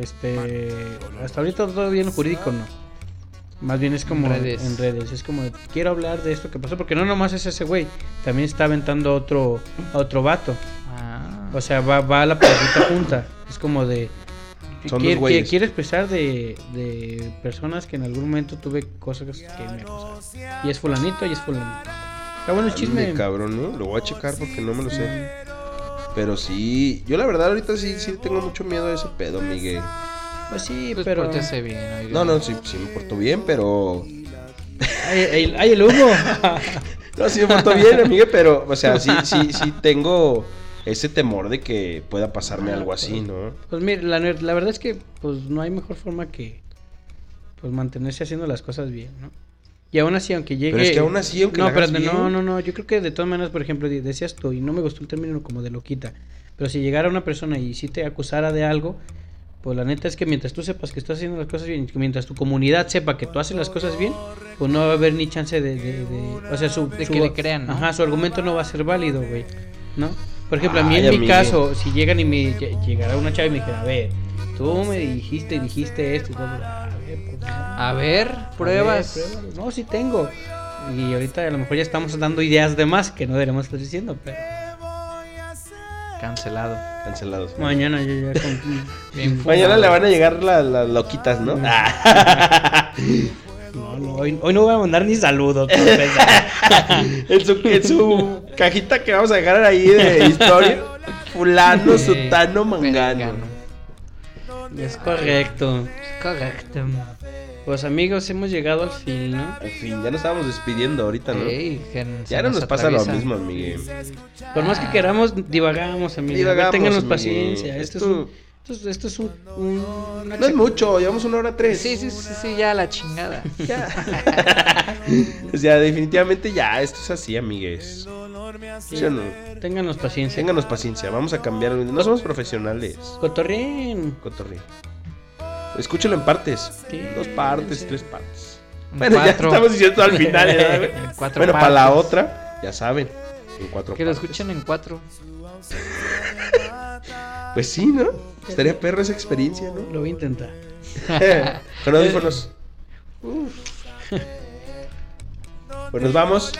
Speaker 2: Este... Hasta ahorita todo bien jurídico, no. Más bien es como
Speaker 3: En redes.
Speaker 2: en redes. Es como, de, quiero hablar de esto que pasó. Porque no nomás es ese güey. También está aventando a otro, a otro vato.
Speaker 3: Ah.
Speaker 2: O sea, va, va a la perrita junta. Es como de...
Speaker 1: Son
Speaker 2: quiere,
Speaker 1: dos güeyes.
Speaker 2: quiere expresar de, de personas que en algún momento tuve cosas que me acosaron. Y es fulanito y es fulanito. Está bueno el
Speaker 1: Ande,
Speaker 2: chisme.
Speaker 1: cabrón, ¿no? Lo voy a checar porque no me lo sé. Pero sí, yo la verdad ahorita sí, sí tengo mucho miedo a ese pedo, Miguel.
Speaker 2: Pues sí,
Speaker 3: Pues
Speaker 2: pero...
Speaker 3: pórtese bien. oiga.
Speaker 1: No, no, sí, sí me porto bien, pero...
Speaker 2: Ay, ay, ay, el humo!
Speaker 1: No, sí me porto bien, amigue, pero, o sea, sí, sí, sí tengo ese temor de que pueda pasarme algo así, ¿no?
Speaker 2: pues mire, la, ne- la verdad es que pues no hay mejor forma que pues mantenerse haciendo las cosas bien, ¿no? Y aún así, aunque llegue...
Speaker 1: Pero es que aún así, aunque
Speaker 2: no,
Speaker 1: la hagas
Speaker 2: espérate, no,
Speaker 1: bien-
Speaker 2: no, no. Yo creo que de todas maneras, por ejemplo, de- decías tú, y no me gustó el término como de loquita, pero si llegara una persona y si te acusara de algo, pues la neta es que mientras tú sepas que estás haciendo las cosas bien, y que mientras tu comunidad sepa que tú haces las cosas bien, pues no va a haber ni chance de. de- de- o sea, su,
Speaker 3: De
Speaker 2: su-
Speaker 3: que le crean, ¿no?
Speaker 2: Ajá, su argumento no va a ser válido, güey. ¿No? Por ejemplo, a mí
Speaker 1: Ay,
Speaker 2: en mi
Speaker 1: amigo.
Speaker 2: caso, si llegan y me lle- llegara una chava y me dijera, a ver, tú me dijiste y dijiste esto, y todo, a ver, pues, no.
Speaker 3: A ver, Ah, pruebas.
Speaker 2: A ver, pruebas. No, sí tengo. Y ahorita a lo mejor ya estamos dando ideas de más que no deberíamos estar diciendo, pero
Speaker 3: Cancelado.
Speaker 1: Cancelados.
Speaker 2: mañana yo ya con...
Speaker 3: Bien
Speaker 1: Mañana
Speaker 3: fumado.
Speaker 1: le van a llegar la- las loquitas, ¿no?
Speaker 3: Mm.
Speaker 1: Ah,
Speaker 2: No, no, hoy, hoy no voy a mandar ni saludos. por empezar.
Speaker 1: en, su, en su cajita que vamos a dejar ahí de historia. Fulano,
Speaker 3: Sí.
Speaker 1: sutano, mangano.
Speaker 3: Mengano.
Speaker 2: es correcto.
Speaker 3: Es correcto.
Speaker 2: Pues amigos, hemos llegado al fin, ¿no?
Speaker 1: En fin, ya nos estábamos despidiendo ahorita, ¿no?
Speaker 3: Ey, que se
Speaker 1: Ya no nos pasa lo
Speaker 3: atraviesa.
Speaker 1: mismo, Miguel.
Speaker 2: Por más que queramos, divagamos, amigos.
Speaker 1: Divagamos,
Speaker 2: Ténganos
Speaker 1: Miguel.
Speaker 2: paciencia. Esto,
Speaker 1: Esto-
Speaker 2: es un... Esto, es- esto es un... un- una
Speaker 1: No es
Speaker 2: cha-
Speaker 1: mucho, llevamos una hora tres.
Speaker 3: Sí, sí, sí, sí, ya la chingada.
Speaker 1: O sea, definitivamente ya, esto es así, amigues.
Speaker 2: Sí.
Speaker 1: ¿Sí o no?
Speaker 2: Ténganos paciencia.
Speaker 1: Ténganos paciencia, vamos a cambiar. No somos profesionales,
Speaker 2: Cotorreen.
Speaker 1: Cotorri. Escúchelo en partes.
Speaker 2: Sí.
Speaker 1: Dos partes, tres partes.
Speaker 3: En
Speaker 1: Bueno,
Speaker 3: cuatro.
Speaker 1: ya estamos diciendo al final. ¿verdad, güey?
Speaker 3: En cuatro
Speaker 1: Bueno, para la
Speaker 3: partes.
Speaker 1: otra, ya saben. En cuatro
Speaker 3: Que lo
Speaker 1: partes.
Speaker 3: escuchen en cuatro.
Speaker 1: Pues sí, ¿no? Estaría perro esa experiencia, ¿no?
Speaker 2: Lo voy a intentar.
Speaker 1: Con audífonos. Pues nos vamos.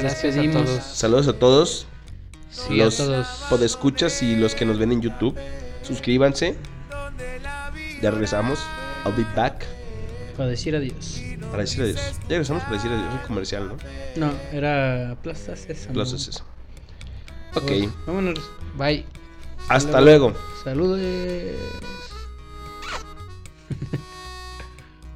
Speaker 3: Gracias a
Speaker 2: Despedimos.
Speaker 3: todos.
Speaker 1: Saludos a todos.
Speaker 3: Sí,
Speaker 1: los
Speaker 3: a todos.
Speaker 1: podescuchas y los que nos ven en YouTube, suscríbanse. Ya regresamos. I'll be back.
Speaker 2: Para decir adiós.
Speaker 1: Para decir adiós. Ya regresamos para decir adiós. Un comercial, ¿no?
Speaker 2: No, era Plaza Sésamo.
Speaker 1: Plaza Sésamo. Ok.
Speaker 2: Vámonos.
Speaker 3: Bye.
Speaker 1: Hasta luego.
Speaker 2: Saludos.